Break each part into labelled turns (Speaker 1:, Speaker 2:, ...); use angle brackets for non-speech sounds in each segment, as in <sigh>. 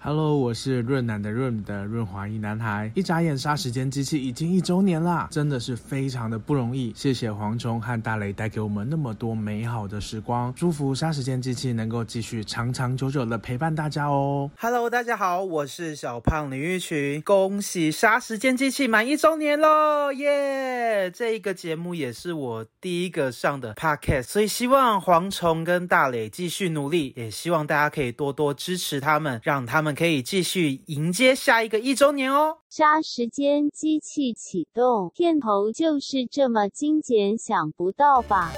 Speaker 1: Hello，我是润南的润的润滑一男孩。一眨眼，杀时间机器已经一周年啦，真的是非常的不容易。谢谢蝗虫和大雷带给我们那么多美好的时光，祝福杀时间机器能够继续长长久久的陪伴大家哦。
Speaker 2: Hello，大家好，我是小胖李玉群，恭喜《杀时间机器》满一周年喽，耶、这一个节目也是我第一个上的 Podcast，所以希望蝗虫跟大磊继续努力，也希望大家可以多多支持他们，让他们可以继续迎接下一个一周年哦。
Speaker 3: 杀时间机器启动，片头就是这么精简，想不到吧？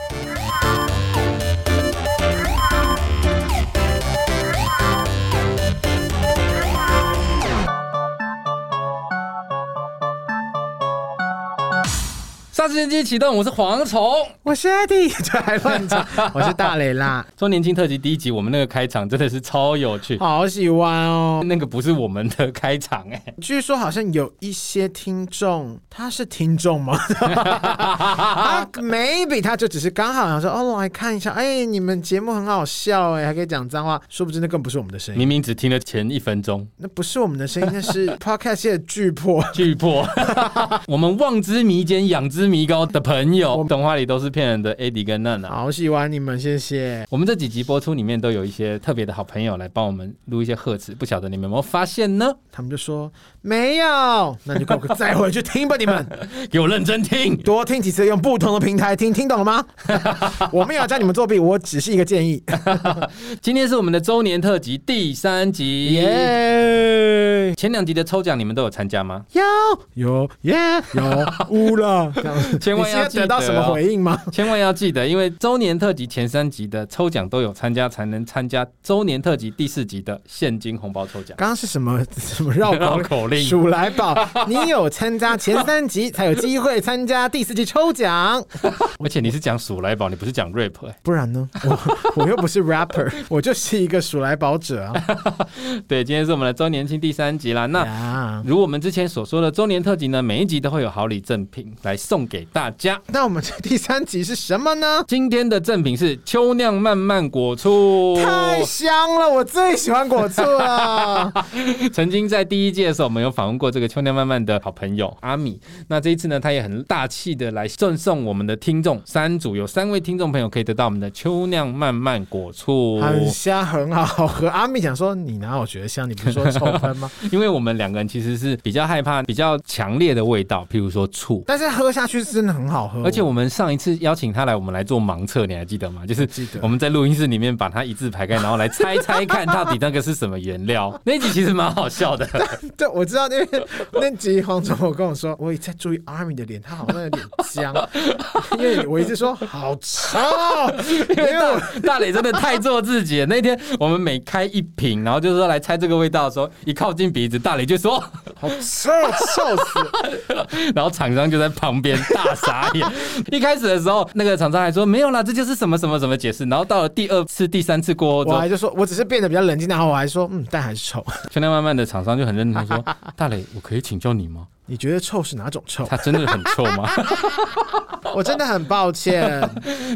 Speaker 4: 杀时间机启动，我是蝗虫。
Speaker 5: 我是艾迪，这还 <laughs> 乱讲。我是大磊啦，
Speaker 4: 周年庆特辑第一集，我们那个开场真的是超有趣，
Speaker 5: 好喜欢哦。
Speaker 4: 那个不是我们的开场哎、
Speaker 5: 据说好像有一些听众，他是听众 <laughs> 吗？啊，maybe 他就只是刚好想说，哦，来看一下，哎，你们节目很好笑，哎，还可以讲脏话，说不定那更不是我们的声音
Speaker 4: 明，明只听了前一分钟，
Speaker 5: 那不是我们的声音，那是 <laughs> podcast 界的巨破。
Speaker 4: 巨破。 <laughs> 我们望之弥坚，仰之弥高的朋友
Speaker 5: 我，
Speaker 4: 动画里都是骗人的 AD 跟娜娜。
Speaker 5: 好喜欢你们，谢谢。
Speaker 4: 我们这几集播出里面都有一些特别的好朋友来帮我们录一些贺词，不晓得你们有没有发现呢？
Speaker 5: 他们就说没有，那你就给我再回去听吧，你 <laughs> 们
Speaker 4: 给我认真听。
Speaker 5: 多听几次，用不同的平台听，听懂了吗？ <laughs> 我没有叫你们作弊，我只是一个建议。
Speaker 4: 今天是我们的周年特辑第三集，
Speaker 5: 耶！
Speaker 4: 前两集的抽奖你们都有参加吗？
Speaker 5: 有有耶有
Speaker 4: <laughs>
Speaker 5: 乌了，这样子
Speaker 4: 千万
Speaker 5: 你
Speaker 4: 要
Speaker 5: 是
Speaker 4: 记得
Speaker 5: 得到什么
Speaker 4: 哦
Speaker 5: 回应吗？
Speaker 4: 千万要记得，因为周年特辑前三集的抽奖都有参加，才能参加周年特辑第四集的现金红包抽奖。
Speaker 5: 刚刚是什么什么绕口
Speaker 4: 绕口令
Speaker 5: 鼠来宝，你有参加前三集才有机会参加第四集抽奖，
Speaker 4: 而且你是讲鼠来宝，你不是讲 rap、欸。
Speaker 5: 不然呢？我我又不是 rapper，我 <laughs> 就是一个鼠来宝者啊！
Speaker 4: 对，今天是我们的周年庆第三集啦。那
Speaker 5: 呀
Speaker 4: 如我们之前所说的周年特辑呢，每一集都会有好礼赠品来送给大家。
Speaker 5: 那我们这第三集是什么呢？
Speaker 4: 今天的赠品是秋酿漫漫果醋，
Speaker 5: 太香了，我最喜欢果醋啊了。
Speaker 4: <laughs> 曾经在第一届的时候，我们有访问过这个秋天慢慢的好朋友阿米。那这一次呢，他也很大气的来赠送我们的听众三组，有三位听众朋友可以得到我们的秋酿慢慢果醋。
Speaker 5: 很香，很好喝。阿米讲说：“你哪有觉得香？你不是说臭喷吗？”
Speaker 4: 因为我们两个人其实是比较害怕比较强烈的味道，譬如说醋。
Speaker 5: 但是喝下去是真的很好喝，
Speaker 4: 而且我们上一次邀请他来，我们来做盲测，你还记得吗？就是
Speaker 5: 记得
Speaker 4: 我们在录音室里面把它一字排开，然后来猜 <laughs> 猜看到底那个是什么原料。那一集其实蛮好笑的。
Speaker 5: 对我知道，因为 <laughs> 那集黄总我跟我说，我也在注意 Army 的脸，他好像有点僵， <laughs> 因为我一直说好臭，因为我
Speaker 4: 大磊真的太做自己了。那天我们每开一瓶，然后就说来猜这个味道的时候，一靠近鼻子，大磊就说， <laughs>
Speaker 5: 好臭，臭死！
Speaker 4: 然后厂商就在旁边大傻眼。一开始的时候，那个厂商还说没有啦，这就是什么什么什么解释。然后到了第二次、第三次过后之
Speaker 5: 我
Speaker 4: 后
Speaker 5: 还，就说，我只是变得比较冷静，然后我还说，嗯，但还是臭。
Speaker 4: 全亮慢慢的厂商就很认真
Speaker 5: <laughs>
Speaker 4: 地说，大磊，我可以请教你吗？
Speaker 5: 你觉得臭是哪种
Speaker 4: <laughs>
Speaker 5: 臭？
Speaker 4: 他真的很臭吗？
Speaker 5: 我真的很抱歉，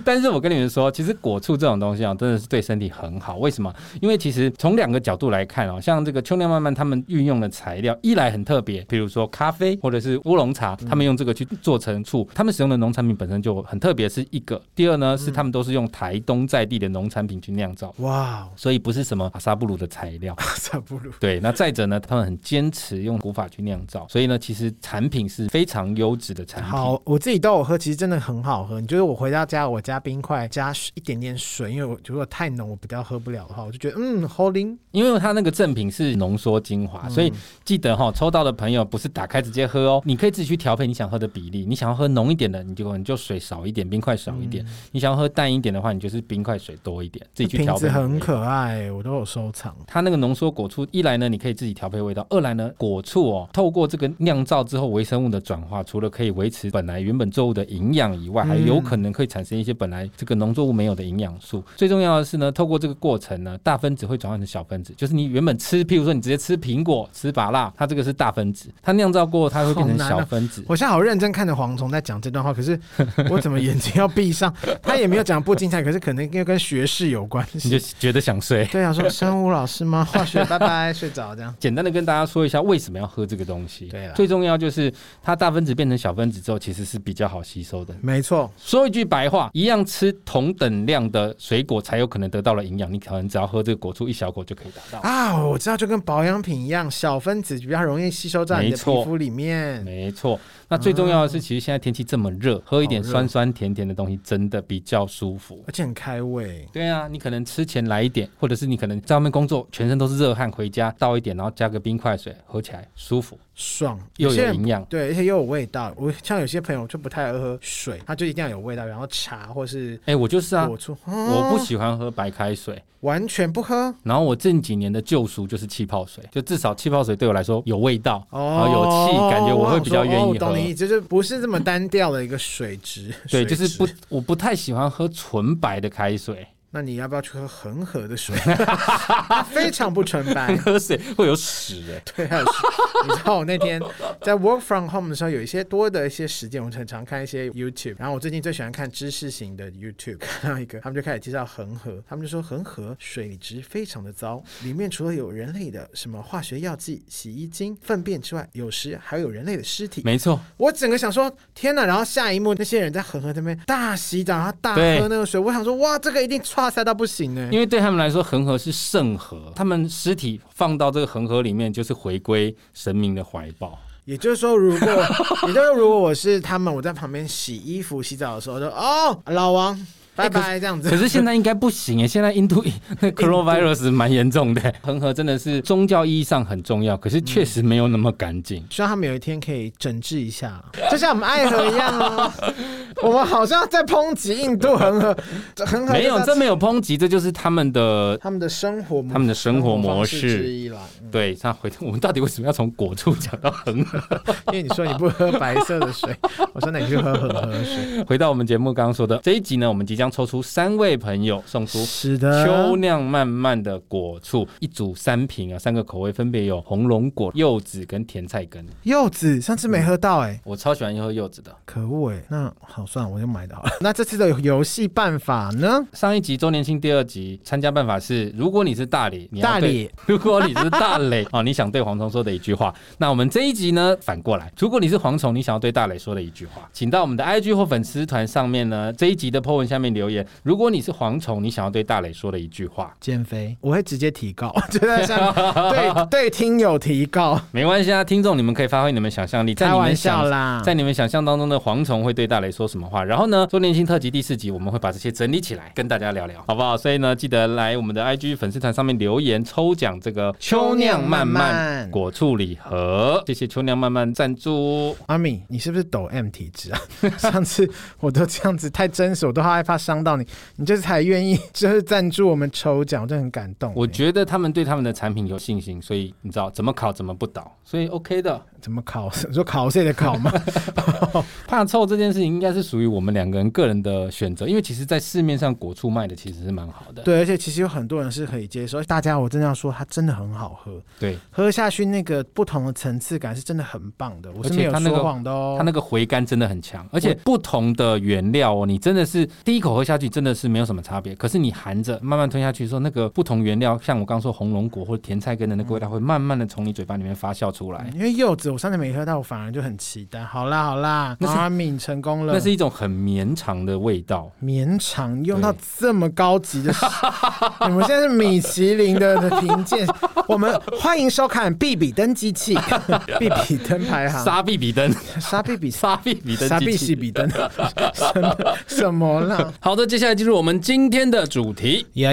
Speaker 4: 但是我跟你们说，其实果醋这种东西啊，真的是对身体很好。为什么？因为其实从两个角度来看哦，像这个秋酿慢慢他们运用的材料，一来很特别，比如说咖啡或者是乌龙茶，他们用这个去做成醋，他们使用的农产品本身就很特别，是一个。第二呢，是他们都是用台东在地的农产品去酿造。
Speaker 5: 哇，
Speaker 4: 所以不是什么阿萨布鲁的材料，
Speaker 5: 萨布鲁。
Speaker 4: 对。那再者呢，他们很坚持用古法去酿造，所以呢，其实产品是非常优质的产品。
Speaker 5: 好，我自己都有喝，其实真的很好喝。你就是我回到家，我加冰块，加一点点水，因为我如果太浓，我比较喝不了的话，我就觉得嗯，holding
Speaker 4: 因为它那个赠品是浓缩精
Speaker 5: 嗯
Speaker 4: 华，所以记得哈、抽到的朋友不是打开直接喝哦，你可以自己去调配你想喝的比例。你想要喝浓一点的，你就你就水少一点，冰块少一
Speaker 5: 嗯
Speaker 4: 点；你想要喝淡一点的话，你就是冰块水多一点，自己去
Speaker 5: 瓶
Speaker 4: 调
Speaker 5: 子
Speaker 4: 配。
Speaker 5: 很可爱，我都有收藏。
Speaker 4: 它那个浓缩果醋，一来呢，你可以自己调配味道；二来呢，果醋哦，透过这个酿酿造之后微生物的转化，除了可以维持本来原本作物的营养以外，还有可能可以产生一些本来这个农作物没有的营养素。最重要的是呢，透过这个过程呢，大分子会转换成小分子，就是你原本吃，譬如说你直接吃苹果、吃芭辣，它这个是大分子，它酿造过它会变成
Speaker 5: 好难哦
Speaker 4: 小分
Speaker 5: <laughs>
Speaker 4: 子。
Speaker 5: 我现在好认真看着蝗虫在讲这段话，
Speaker 4: <laughs>
Speaker 5: 可是我怎么眼睛要闭上？他也没有讲不精彩，可是可能因为跟学士有关
Speaker 4: 你就
Speaker 5: 系。
Speaker 4: 觉得想睡。
Speaker 5: 对啊，说生物老师
Speaker 4: <laughs>
Speaker 5: 吗？化学拜拜，睡着这样。
Speaker 4: 简单的跟大家说一下为什么要喝这个东西。
Speaker 5: 对啦
Speaker 4: 最重要就是它大分子变成小分子之后，其实是比较好吸收的。
Speaker 5: 没错，
Speaker 4: 说一句白话，一样吃同等量的水果才有可能得到了营养，你可能只要喝这个果醋一小口就可以达到。
Speaker 5: 啊，我知道，就跟保养品一样，小分子比较容易吸收到你的
Speaker 4: 没
Speaker 5: 皮
Speaker 4: 错
Speaker 5: 肤里面。
Speaker 4: 没错，那最重要的是，其实现在天气这么热，喝一点
Speaker 5: 好热
Speaker 4: 酸酸甜甜的东西真的比较舒服。
Speaker 5: 而且很开胃。
Speaker 4: 对啊，你可能吃前来一点，或者是你可能在外面工作，全身都是热汗，回家倒一点，然后加个冰块水，喝起来舒服
Speaker 5: 爽，
Speaker 4: 又
Speaker 5: 些
Speaker 4: 有
Speaker 5: 人
Speaker 4: 营养。
Speaker 5: 对，而且又有味道。我像有些朋友就不太爱喝水，他就一定要有味道，然后茶或是
Speaker 4: 哎、我就是啊
Speaker 5: 果，醋，
Speaker 4: 我不
Speaker 5: 哦
Speaker 4: 喜欢喝白开水，
Speaker 5: 完全不喝。
Speaker 4: 然后我近几年的救赎就是气泡水，就至少气泡水对我来说有味道，然
Speaker 5: 哦
Speaker 4: 后，有气，感觉我会比较愿
Speaker 5: 哦
Speaker 4: 意
Speaker 5: 我
Speaker 4: 喝
Speaker 5: 懂。你意思，就是不是这么单调的一个水质。
Speaker 4: 对，
Speaker 5: 水
Speaker 4: 就是
Speaker 5: 质
Speaker 4: 不，我不太喜欢喝纯白的开水，
Speaker 5: 那你要不要去喝恒河的水？非常不纯白。
Speaker 4: 喝水会有屎哎、
Speaker 5: 对啊，你知道我那天在 work from home 的时候，有一些多的一些时间，我很常看一些 YouTube。然后我最近最喜欢看知识型的 YouTube，看到一个，他们就开始介绍恒河，他们就说恒河水质非常的糟，里面除了有人类的什么化学药剂、洗衣精、粪便之外，有时还有人类的尸体。
Speaker 4: 没错，
Speaker 5: 我整个想说，天哪！然后下一幕，那些人在恒河那边大洗澡，然后大
Speaker 4: 对
Speaker 5: 喝那个水，我想说，哇，这个一定差塞到不行呢。
Speaker 4: 因为对他们来说，恒河是圣河，他们尸体放到这个恒河里面，就是回归神明的怀抱。
Speaker 5: 也就是说，如果 <laughs> 也就是说如果我是他们，我在旁边洗衣服、洗澡的时候，我就哦，老王，拜
Speaker 4: 哎可
Speaker 5: 拜，这样子。
Speaker 4: 可是现在应该不行哎，现在印度那 coronavirus 蛮严重的，恒河真的是宗教意义上很重要，可是确实没有那么干净。
Speaker 5: 希望他们有一天可以整治一下，就像我们爱河一样哦。我们好像在抨击印度恒河，这恒河
Speaker 4: 没有，
Speaker 5: 就是
Speaker 4: 这没有抨击，这就是他们的
Speaker 5: 他们的生活模，
Speaker 4: 他们的生活模
Speaker 5: 生
Speaker 4: 式
Speaker 5: 活方之一啦。嗯
Speaker 4: 对，那回我们到底为什么要从果醋讲到恒河？
Speaker 5: 因为你说你不喝白色的水， <laughs> 我说那你去喝恒河
Speaker 4: <laughs>
Speaker 5: 水。
Speaker 4: 回到我们节目刚刚说的这一集呢，我们即将抽出三位朋友送出
Speaker 5: 是的，
Speaker 4: 秋酿慢慢的果醋一组三瓶啊，三个口味分别有红龙果、柚子跟甜菜根。
Speaker 5: 柚子上次没喝到哎、
Speaker 4: 我超喜欢喝柚子的。
Speaker 5: 可恶
Speaker 4: 欸
Speaker 5: 哎、那好算了，我就买到了。 <laughs> 那这次的游戏办法呢？
Speaker 4: 上一集周年庆第二集参加办法是，如果你是大理，你
Speaker 5: 大
Speaker 4: 要对
Speaker 5: 理
Speaker 4: <laughs> 如果你是大磊哦，你想对蝗虫说的一句话，那我们这一集呢反过来，如果你是蝗虫，你想要对大磊说的一句话，请到我们的 IG 或粉丝团上面呢这一集的 po 文下面留言。如果你是蝗虫，你想要对大磊说的一句话，
Speaker 5: 减肥，我会直接提告， <laughs> 就在下
Speaker 4: <laughs>
Speaker 5: 面对对听友提告，
Speaker 4: 没关系啊，听众你们可以发挥你们想象力，在
Speaker 5: 开
Speaker 4: 你们
Speaker 5: 玩
Speaker 4: 想
Speaker 5: 笑啦。
Speaker 4: 在你们想象当中的蝗虫会对大雷说什么话？然后呢，周年庆特辑第四集，我们会把这些整理起来跟大家聊聊，好不好？所以呢，记得来我们的 IG 粉丝团上面留言抽奖这个秋酿慢慢果醋礼盒，谢谢秋酿慢慢赞助。
Speaker 5: 阿米，你是不是抖 M 体质啊？ <laughs> 上次我都这样子太真实，我都好害怕伤到你，你这次才愿意就是赞助我们抽奖，我真的很感动欸、
Speaker 4: 我觉得他们对他们的产品有信心，所以你知道怎么考怎么不倒，所以 OK 的。
Speaker 5: 怎么考？ <laughs> 你说考试的
Speaker 4: <laughs>
Speaker 5: 考吗？
Speaker 4: 怕臭这件事情应该是属于我们两个人个人的选择，因为其实在市面上果醋卖的其实是蛮好的。
Speaker 5: 对，而且其实有很多人是可以接受。大家，我真的要说，它真的很好喝。
Speaker 4: 对，
Speaker 5: 喝下去那个不同的层次感是真的很棒的，我
Speaker 4: 而
Speaker 5: 是
Speaker 4: 且
Speaker 5: 没有
Speaker 4: 它那个
Speaker 5: 说谎的哦。
Speaker 4: 它那个回甘真的很强，而且不同的原料哦，你真的是第一口喝下去真的是没有什么差别，可是你含着慢慢吞下去的时候，那个不同原料，像我刚说红龙果或者甜菜根的那个味道，会慢慢的从你嘴巴里面发酵出来
Speaker 5: 嗯。因为柚子我上次没喝到，我反而就很期待。好啦好啦，
Speaker 4: <laughs> 那是
Speaker 5: 阿敏成功了
Speaker 4: 那。是一种很绵长的味道，
Speaker 5: 绵长用到
Speaker 4: 对
Speaker 5: 这么高
Speaker 4: <laughs>
Speaker 5: 级的，你们现在是米其林的的评鉴。我们欢迎收看必比登机器， <laughs> 必比登排行，
Speaker 4: 沙比比登，
Speaker 5: 沙必比
Speaker 4: 沙比比登
Speaker 5: 啊沙
Speaker 4: 机
Speaker 5: 必
Speaker 4: 器
Speaker 5: 喜比登，什么什么啦？
Speaker 4: 好的，接下来进入我们今天的主题。
Speaker 5: 呀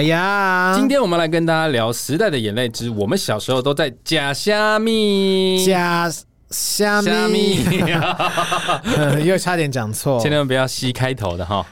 Speaker 4: <laughs>
Speaker 5: 呀，
Speaker 4: 今天我们来跟大家聊《时代的眼泪之我们小时候都在假虾米》。
Speaker 5: 加虾
Speaker 4: 虾米 <laughs>
Speaker 5: 米，， <laughs> 又差点讲错。
Speaker 4: 千万不要吸开头的哈。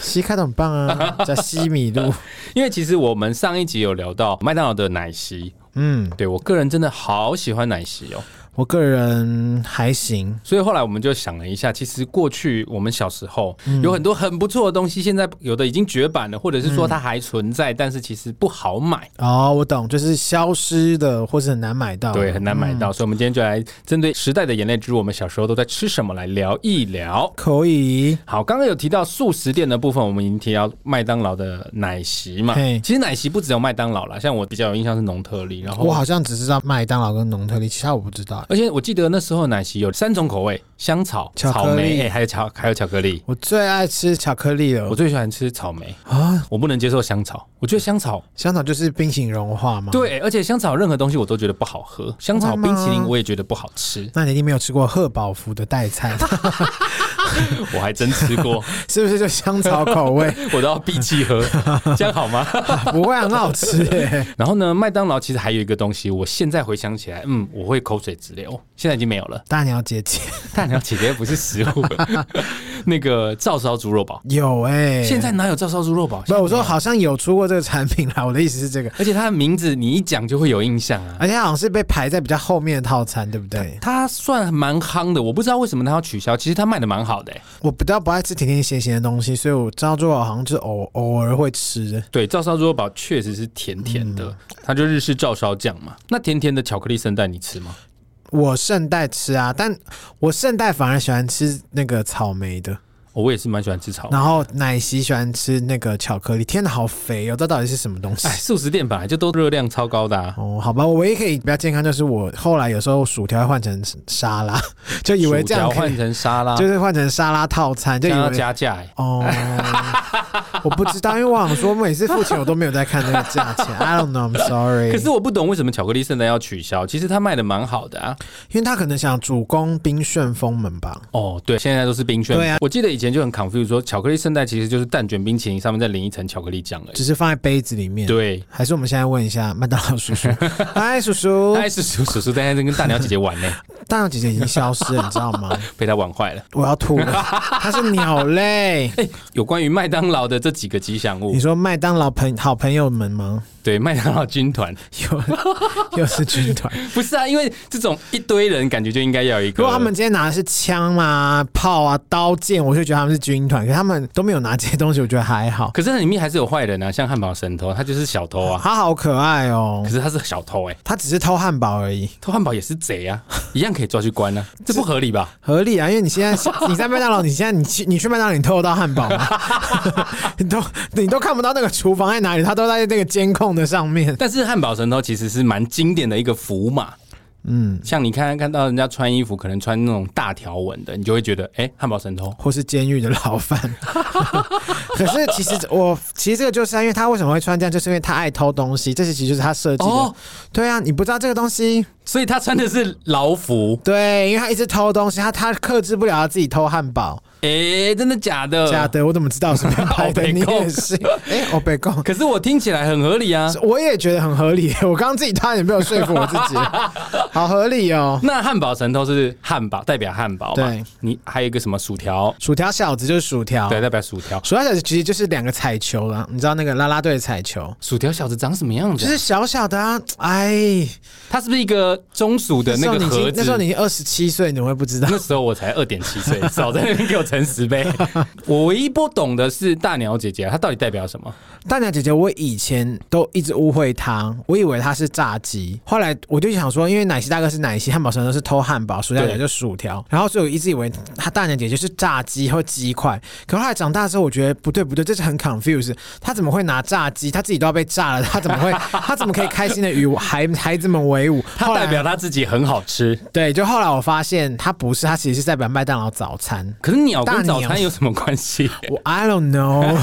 Speaker 5: 西开的很棒啊，
Speaker 4: <laughs>
Speaker 5: 叫西米露。
Speaker 4: 因为其实我们上一集有聊到麦当劳的奶昔，
Speaker 5: 嗯，
Speaker 4: 对我个人真的好喜欢奶昔哦。
Speaker 5: 我个人还行，
Speaker 4: 所以后来我们就想了一下，其实过去我们小时候有很多很不错的东西，现在有的已经绝版了，或者是说它还存在，但是其实不好买，
Speaker 5: 哦，我懂，就是消失的或是很难买到，
Speaker 4: 对，很难买到。所以我们今天就来针对《时代的眼泪》之我们小时候都在吃什么来聊一聊。
Speaker 5: 可以，
Speaker 4: 好，刚刚有提到素食店的部分，我们已经提到麦当劳的奶昔嘛
Speaker 5: 嘿。
Speaker 4: 其实奶昔不只有麦当劳啦，像我比较有印象是农特利，然后
Speaker 5: 我好像只知道麦当劳跟农特利，其他我不知道。
Speaker 4: 而且我记得那时候奶昔有三种口味：香草、
Speaker 5: 巧克
Speaker 4: 草莓，
Speaker 5: 力
Speaker 4: 哎还有巧还有巧克力。
Speaker 5: 我最爱吃巧克力了
Speaker 4: 我最喜欢吃草莓，
Speaker 5: 啊！
Speaker 4: 我不能接受香草，我觉得香草
Speaker 5: 香草就是冰淇淋融化吗？，
Speaker 4: 对，而且香草任何东西我都觉得不好喝，香草
Speaker 5: 会吗，
Speaker 4: 冰淇淋我也觉得不好吃
Speaker 5: 那你一定没有吃过贺宝福的
Speaker 4: <laughs>
Speaker 5: 代餐，
Speaker 4: 我还真吃过，
Speaker 5: <laughs> 是不是就香草口味？
Speaker 4: <laughs> 我都要闭气
Speaker 5: <laughs>
Speaker 4: 喝，这样好吗？
Speaker 5: 不会啊很好吃耶。
Speaker 4: 然后呢，麦当劳其实还有一个东西，我现在回想起来，嗯，我会口水直流，现在已经没有
Speaker 5: <laughs>
Speaker 4: 了。
Speaker 5: 大鸟姐姐
Speaker 4: 大鸟姐姐不是食物， <laughs> 那个照烧猪肉堡，
Speaker 5: 有哎、
Speaker 4: 现在哪有照烧猪肉堡？
Speaker 5: 不，我说
Speaker 4: 好，
Speaker 5: 好像有出过这个产品啦。我的意思是这个，
Speaker 4: <laughs> 而且它的名字你一讲就会有印象啊。
Speaker 5: 而且它好像是被排在比较后面的套餐，对不对？
Speaker 4: 它算蛮夯的，我不知道为什么它要取消。其实它卖的蛮好的、欸
Speaker 5: 我比较不爱吃甜甜咸咸的东西，所以我知道做好像是偶偶尔会吃。
Speaker 4: 对，照烧猪肉堡确实是甜甜
Speaker 5: 嗯
Speaker 4: 的，它就日式照烧酱嘛。那甜甜的巧克力圣代你吃吗？
Speaker 5: 我圣代吃啊，但我圣代反而喜欢吃那个草莓的，
Speaker 4: 哦我也是蛮喜欢吃草莓。
Speaker 5: 然后奶昔喜欢吃那个巧克力。天哪，好肥哦！这到底是什么东西
Speaker 4: 哎，？素食店本来就都热量超高的、啊，
Speaker 5: 哦，好吧，我唯一可以比较健康就是我后来有时候薯条会换成沙拉， <laughs> 就以为这样
Speaker 4: 薯条
Speaker 5: 可
Speaker 4: 换
Speaker 5: 以，
Speaker 4: 成沙拉，
Speaker 5: 就是换成沙拉套餐，就
Speaker 4: 这
Speaker 5: 以
Speaker 4: 样要
Speaker 5: 为
Speaker 4: 加价、哎
Speaker 5: 哦，我不知道，因为我想说每次付钱我都没有在看这个价钱，I don't know，I'm sorry。
Speaker 4: 可是我不懂为什么巧克力圣代要取消，其实它卖的蛮好的啊。
Speaker 5: 因为他可能想主攻冰旋风门吧，
Speaker 4: 哦，对，现在都是冰炫。
Speaker 5: 对啊
Speaker 4: 我记得以前就很 confused，说巧克力圣代其实就是蛋卷冰淇淋上面再淋一层巧克力酱而已。
Speaker 5: 只是放在杯子里面。，
Speaker 4: 对，
Speaker 5: 还是我们现在问一下麦当劳
Speaker 4: <laughs>
Speaker 5: 叔叔，嗨，叔叔，
Speaker 4: 但是叔叔叔在那边跟大鸟姐姐玩呢、
Speaker 5: <laughs> 大鸟姐姐已经消失了，你知道吗？
Speaker 4: 被他玩坏了。
Speaker 5: 我要
Speaker 4: <laughs>
Speaker 5: 吐了，她是鸟类。
Speaker 4: 有关于麦当劳的这几个吉祥物
Speaker 5: 你，说麦当劳朋好朋友们
Speaker 4: <laughs>
Speaker 5: 吗？
Speaker 4: 对，麦当劳军团
Speaker 5: 又又是
Speaker 4: <laughs>
Speaker 5: 军团，
Speaker 4: 不是啊，因为这种一堆人感觉就应该要有一个。
Speaker 5: 如果他们今天拿的是枪啊、炮啊、刀剑，我就觉得他们是军团。可是他们都没有拿这些东西，我觉得还好。
Speaker 4: 可是那里面还是有坏人啊，像汉堡神偷，他就是小偷啊。
Speaker 5: 他好可爱哦
Speaker 4: 可，是他是小偷哎、
Speaker 5: 他只是偷汉堡而已，
Speaker 4: 偷汉堡也是贼
Speaker 5: <laughs>
Speaker 4: 啊，一样可以抓去关啊，这不合理吧？
Speaker 5: 合理啊。因为你现在 <laughs> 你在麦当劳，你现在你去你去麦当劳，你偷得到汉堡吗？ <laughs> 你都你都看不到那个厨房在哪里，他都在那个监控的上面。
Speaker 4: 但是汉堡神偷其实是蛮经典的一个符码。嗯，像你看看到人家穿衣服，可能穿那种大条纹的，你就会觉得，哎、汉堡神偷。
Speaker 5: 或是监狱的牢饭， <laughs> 可是其实我其实这个就是啊，因为他为什么会穿这样，就是因为他爱偷东西，这是其实就是他设计的。
Speaker 4: 哦
Speaker 5: 对啊，你不知道这个东西，
Speaker 4: 所以他穿的是劳服，
Speaker 5: 对，因为他一直偷东西，他他克制不了他自己偷汉堡。
Speaker 4: 哎、真的假的？
Speaker 5: 假。的，我怎么知道是边拍的？
Speaker 4: 欧北
Speaker 5: 你
Speaker 4: 共
Speaker 5: 也是？哎，我被告。
Speaker 4: 可是我听起来很合理啊。
Speaker 5: <laughs> 我也觉得很合理， <laughs> 我刚刚自己差点被我说服我自
Speaker 4: <laughs>
Speaker 5: 己，好合理哦。
Speaker 4: 那汉堡神偷是汉堡，代表汉堡嘛？
Speaker 5: 对，啊
Speaker 4: 你还有一个什么薯条，
Speaker 5: 薯条小子就是薯条，
Speaker 4: 对，代表薯条。
Speaker 5: 薯条小子其实就是两个彩球啦，你知道那个啦啦队的彩球，
Speaker 4: 薯条小子长什么样子
Speaker 5: 就
Speaker 4: 啊、
Speaker 5: 是小小的啊，哎，
Speaker 4: 它是不是一个中薯的那
Speaker 5: 时候你
Speaker 4: 个
Speaker 5: 已经
Speaker 4: 盒子？
Speaker 5: 那时候你已经二十七岁，你会不知道
Speaker 4: 那时候我才二点七
Speaker 5: <laughs>
Speaker 4: 岁，少在那边给我乘十倍。我唯一不懂的是大鸟姐姐，她到底代表什么？
Speaker 5: 大鸟姐姐，我以前都一直误会她，我以为她是炸鸡，后来我就想说，因为奶昔大哥是奶昔，汉堡神偷是偷汉堡，薯条姐
Speaker 4: 对
Speaker 5: 就薯条，然后所以我一直以为她大鸟姐姐是炸鸡或鸡块，可后来长大之后，我觉得不对不对，这是很 confuse，她怎么会拿炸鸡？她自己都要被炸了，她怎么会？ <laughs> 她怎么可以开心的与孩孩子们为伍？
Speaker 4: 她
Speaker 5: 后来
Speaker 4: 代表她自己很好吃。
Speaker 5: 对，就后来我发现她不是，她其实是代表麦当劳早餐。
Speaker 4: 可是鸟跟早
Speaker 5: 大
Speaker 4: 餐
Speaker 5: 鸟
Speaker 4: 有什么关系？
Speaker 5: 我 I don't know，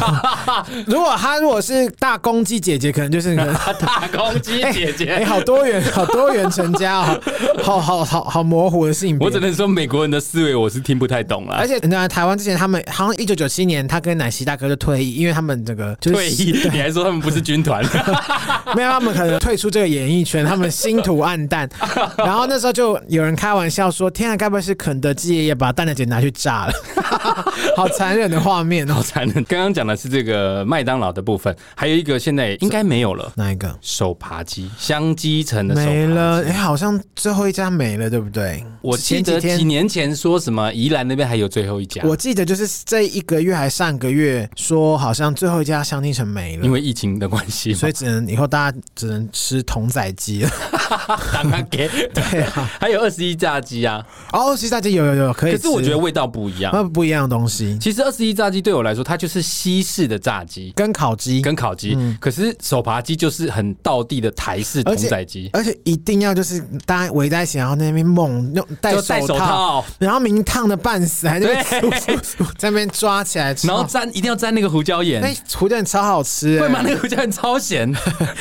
Speaker 5: 如果她如果是大公鸡姐姐，可能就是可能
Speaker 4: 大公鸡姐姐，
Speaker 5: 哎、好多元， <laughs> 好多元成家哦， <laughs> 好好好好模糊的性别。
Speaker 4: 我只能说美国人的思维我是听不太懂啦
Speaker 5: 而。且，那台湾之前他们好像一九九七年，他跟奶昔大哥就退役，因为他们这个就是
Speaker 4: 退役，你还说他们不是军团？
Speaker 5: <laughs> 没有，他们可能退出这个演艺圈，他们星途暗
Speaker 4: <laughs>
Speaker 5: 淡。然后那时候就有人开玩笑说：“天啊，该不会是肯德基爷爷把蛋蛋姐拿去炸了？” <laughs> 好残忍的画面哦。
Speaker 4: 才能。 <laughs> 刚刚讲的是这个麦当劳的部分，还有一个现在应该没有了，
Speaker 5: 哪一个？
Speaker 4: 手扒鸡，香鸡城的手
Speaker 5: 没
Speaker 4: 扒
Speaker 5: 了，
Speaker 4: 鸡
Speaker 5: 哎、好像最后一家没了，对不对？
Speaker 4: 我记
Speaker 5: 前
Speaker 4: 得
Speaker 5: 几
Speaker 4: 几
Speaker 5: 天，
Speaker 4: 年前说什么宜兰那边还有最后一家，
Speaker 5: 我记得就是这一个月还上个月说，好像最后一家香精城没了
Speaker 4: 因，为疫情的关系嘛，
Speaker 5: 所以只能以后大家只能吃童仔鸡了。
Speaker 4: <laughs> 当
Speaker 5: <laughs>
Speaker 4: 然给对啊， <laughs> 还有二十一炸鸡啊，
Speaker 5: 哦，其实大家有有有可以
Speaker 4: 可
Speaker 5: 吃，
Speaker 4: 是我觉得味道不一样。
Speaker 5: 那不一样的东西，
Speaker 4: 其实二十一炸鸡对我来说，它就是西式的炸鸡
Speaker 5: 跟烤鸡，
Speaker 4: 跟烤鸡，可是手扒鸡就是很道地的台式
Speaker 5: 嗯而
Speaker 4: 童
Speaker 5: 且
Speaker 4: 仔鸡，
Speaker 5: 而且一定要就是大家围在一起，然后在那边猛用戴
Speaker 4: 就戴手套
Speaker 5: 然后明烫的半死，还在那边
Speaker 4: 对
Speaker 5: 簌簌 <laughs> 簌在那边抓起来吃，哎
Speaker 4: 然后沾一定要沾那个胡椒盐，
Speaker 5: 那胡椒超好吃、欸，
Speaker 4: 会吗？那个胡椒盐超
Speaker 5: <laughs>
Speaker 4: 咸，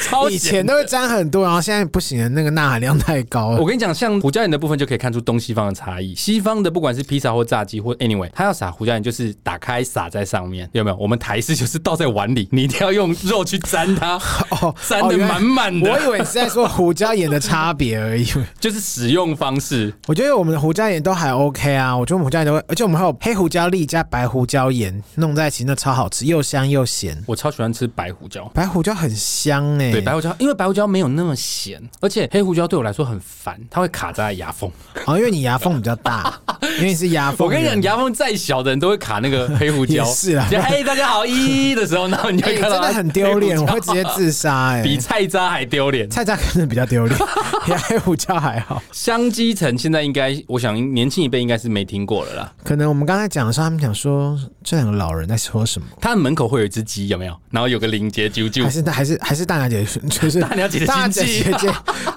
Speaker 4: 超咸。
Speaker 5: 以前都会沾很多，然后现在不行了，那个钠含量太高
Speaker 4: 我
Speaker 5: 了。
Speaker 4: 跟你讲，像胡椒盐的部分就可以看出东西方的差异。西方的不管是披萨或炸鸡或 anyway，它要撒胡椒盐就是打开撒在上面，有没有？我们台式就是倒在碗里，你一定要用肉去沾它，
Speaker 5: <laughs> 哦
Speaker 4: 沾的
Speaker 5: 哦原来
Speaker 4: 满满的，
Speaker 5: 我以为你是在说胡椒盐的差别而已。 <laughs>
Speaker 4: 就是使用方式。
Speaker 5: 我觉得我们的胡椒盐都还 OK 啊，我觉得我们胡椒盐都会，而且我们还有黑胡椒粒加白胡椒盐弄在一起，那超好吃，又香又咸。
Speaker 4: 我超喜欢吃白胡椒。
Speaker 5: 白胡椒很香哎、
Speaker 4: 对白胡椒，因为白胡椒没有那么咸，而且黑胡椒对我来说很烦，它会卡在牙缝。
Speaker 5: 哦，因为你牙缝比较
Speaker 4: <laughs>
Speaker 5: 大，因为你是牙缝。
Speaker 4: 我跟你讲，你，牙缝再小的人都会卡那个黑胡椒。
Speaker 5: <laughs> 也是啦
Speaker 4: 就嘿，大家好，一的时候，然后你
Speaker 5: 哎、
Speaker 4: 会看
Speaker 5: 真
Speaker 4: 到、
Speaker 5: 的很丢脸，我会直接自杀哎、
Speaker 4: 比菜渣还丢脸。
Speaker 5: 菜价可能比较
Speaker 4: <laughs>
Speaker 5: 丢脸， <laughs> 比黑胡椒还好。
Speaker 4: 香鸡城现在应该，我想年轻一辈应该是没听过了啦。
Speaker 5: 可能我们刚才讲的时候，他们想说这两个老人在说什么，
Speaker 4: 它门口会有一只鸡，有没有？然后有个领结啾啾，
Speaker 5: 还是还是还是大小姐就
Speaker 4: <laughs>
Speaker 5: 是
Speaker 4: 大鸟姐的
Speaker 5: 大
Speaker 4: 亲
Speaker 5: 姐
Speaker 4: 戚
Speaker 5: 姐姐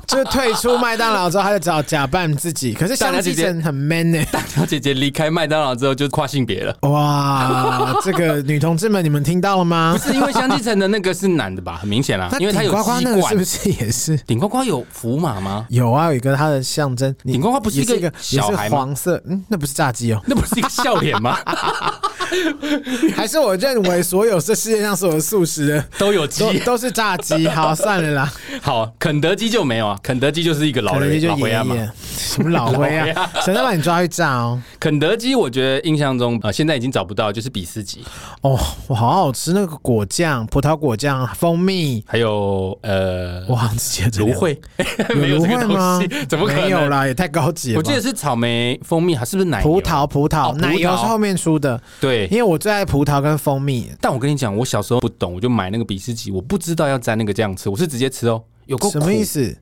Speaker 5: 就退出麦当劳之后，她就找假扮自己，可是
Speaker 4: 大
Speaker 5: 香
Speaker 4: 鸟姐
Speaker 5: 鸡
Speaker 4: 姐
Speaker 5: 城很 man 呢、
Speaker 4: 大鸟姐姐离开麦当劳之后就跨性别了。
Speaker 5: 哇，这个女同志们，你们听到了吗
Speaker 4: 不？是因为香鸡城的那个是男的吧？很明显啦，
Speaker 5: 那
Speaker 4: 因为他
Speaker 5: 顶
Speaker 4: 有
Speaker 5: 呱呱
Speaker 4: 鸡
Speaker 5: 那个是不
Speaker 4: 冠。
Speaker 5: 是也是？
Speaker 4: 顶呱呱有福马吗？
Speaker 5: 有啊，有一个它的象征，你
Speaker 4: 顶呱呱不是
Speaker 5: 也
Speaker 4: 一个
Speaker 5: 是一个也
Speaker 4: 小
Speaker 5: 是
Speaker 4: 孩吗
Speaker 5: 黄色，嗯，那不是炸鸡哦， <laughs>
Speaker 4: 那不是一个笑脸吗？
Speaker 5: 还是我认为所有这世界上所有素食的
Speaker 4: <laughs> 都有
Speaker 5: 都
Speaker 4: 鸡。
Speaker 5: 都是炸鸡。好，算了啦，
Speaker 4: 好，肯德基就没有啊，肯德基就是一个老
Speaker 5: 可能
Speaker 4: 人
Speaker 5: 就
Speaker 4: 老
Speaker 5: 爷
Speaker 4: 灰啊嘛。
Speaker 5: 爷什么老灰
Speaker 4: 老灰
Speaker 5: 啊，谁能把你抓去炸哦？
Speaker 4: 肯德基我觉得印象中呃现在已经找不到，就是比斯吉，
Speaker 5: 哦，我好好吃那个果酱，葡萄果酱，蜂蜜，
Speaker 4: 还有呃
Speaker 5: 哇，直接这
Speaker 4: 芦
Speaker 5: 两个，
Speaker 4: 荟，哎 <laughs> 没有
Speaker 5: 芦
Speaker 4: 这个
Speaker 5: 荟吗
Speaker 4: 东西， <laughs> 怎么可能？
Speaker 5: 没有啦？也太高级了吧。
Speaker 4: 我记得是草莓、蜂蜜，还是不是奶油？
Speaker 5: 葡萄，葡萄，
Speaker 4: 哦
Speaker 5: 奶油
Speaker 4: 葡
Speaker 5: 是
Speaker 4: 萄
Speaker 5: 后面出的，
Speaker 4: 对
Speaker 5: 因。为我最爱葡萄跟蜂蜜。
Speaker 4: 但我跟你讲，我小时候不懂，我就买那个比斯吉，我不知道要沾那个酱吃，我是直接吃哦，有够苦
Speaker 5: 什么意？思？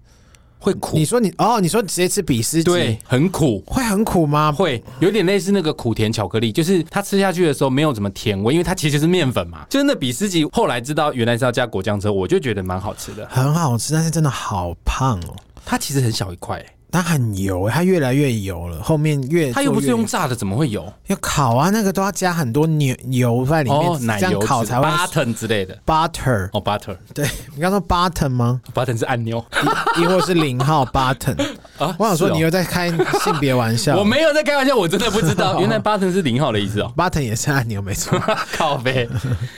Speaker 4: 会苦
Speaker 5: 你，说你哦，你说直接吃比斯吉，
Speaker 4: 对，很苦。
Speaker 5: 会很苦吗？
Speaker 4: 会有点类似那个苦甜巧克力，就是它吃下去的时候没有什么甜味，因为它其实就是面粉嘛。就是那比斯吉，后来知道原来是要加果酱之后，我就觉得蛮好吃的。
Speaker 5: 很好吃，但是真的好胖哦。
Speaker 4: 它其实很小一块、欸
Speaker 5: 它很油，它越来越油了，后面越
Speaker 4: 它又不是
Speaker 5: 做越
Speaker 4: 用炸的，怎么会有？
Speaker 5: 要烤啊，那个都要加很多牛油在里面，
Speaker 4: 哦，奶
Speaker 5: 这
Speaker 4: 油
Speaker 5: 样烤才会
Speaker 4: button 之类的。
Speaker 5: butter。
Speaker 4: 哦，butter，button
Speaker 5: 对你刚说 button 吗？
Speaker 4: 是按钮
Speaker 5: 亦或是零号 button？
Speaker 4: 啊。
Speaker 5: 我想说
Speaker 4: 是哦
Speaker 5: 你又在开性别玩笑。
Speaker 4: 我没有在开玩笑，我真的不知道，原来八成是零号的意思哦。
Speaker 5: <laughs> button 也是按钮，没错。
Speaker 4: <laughs> 靠呗，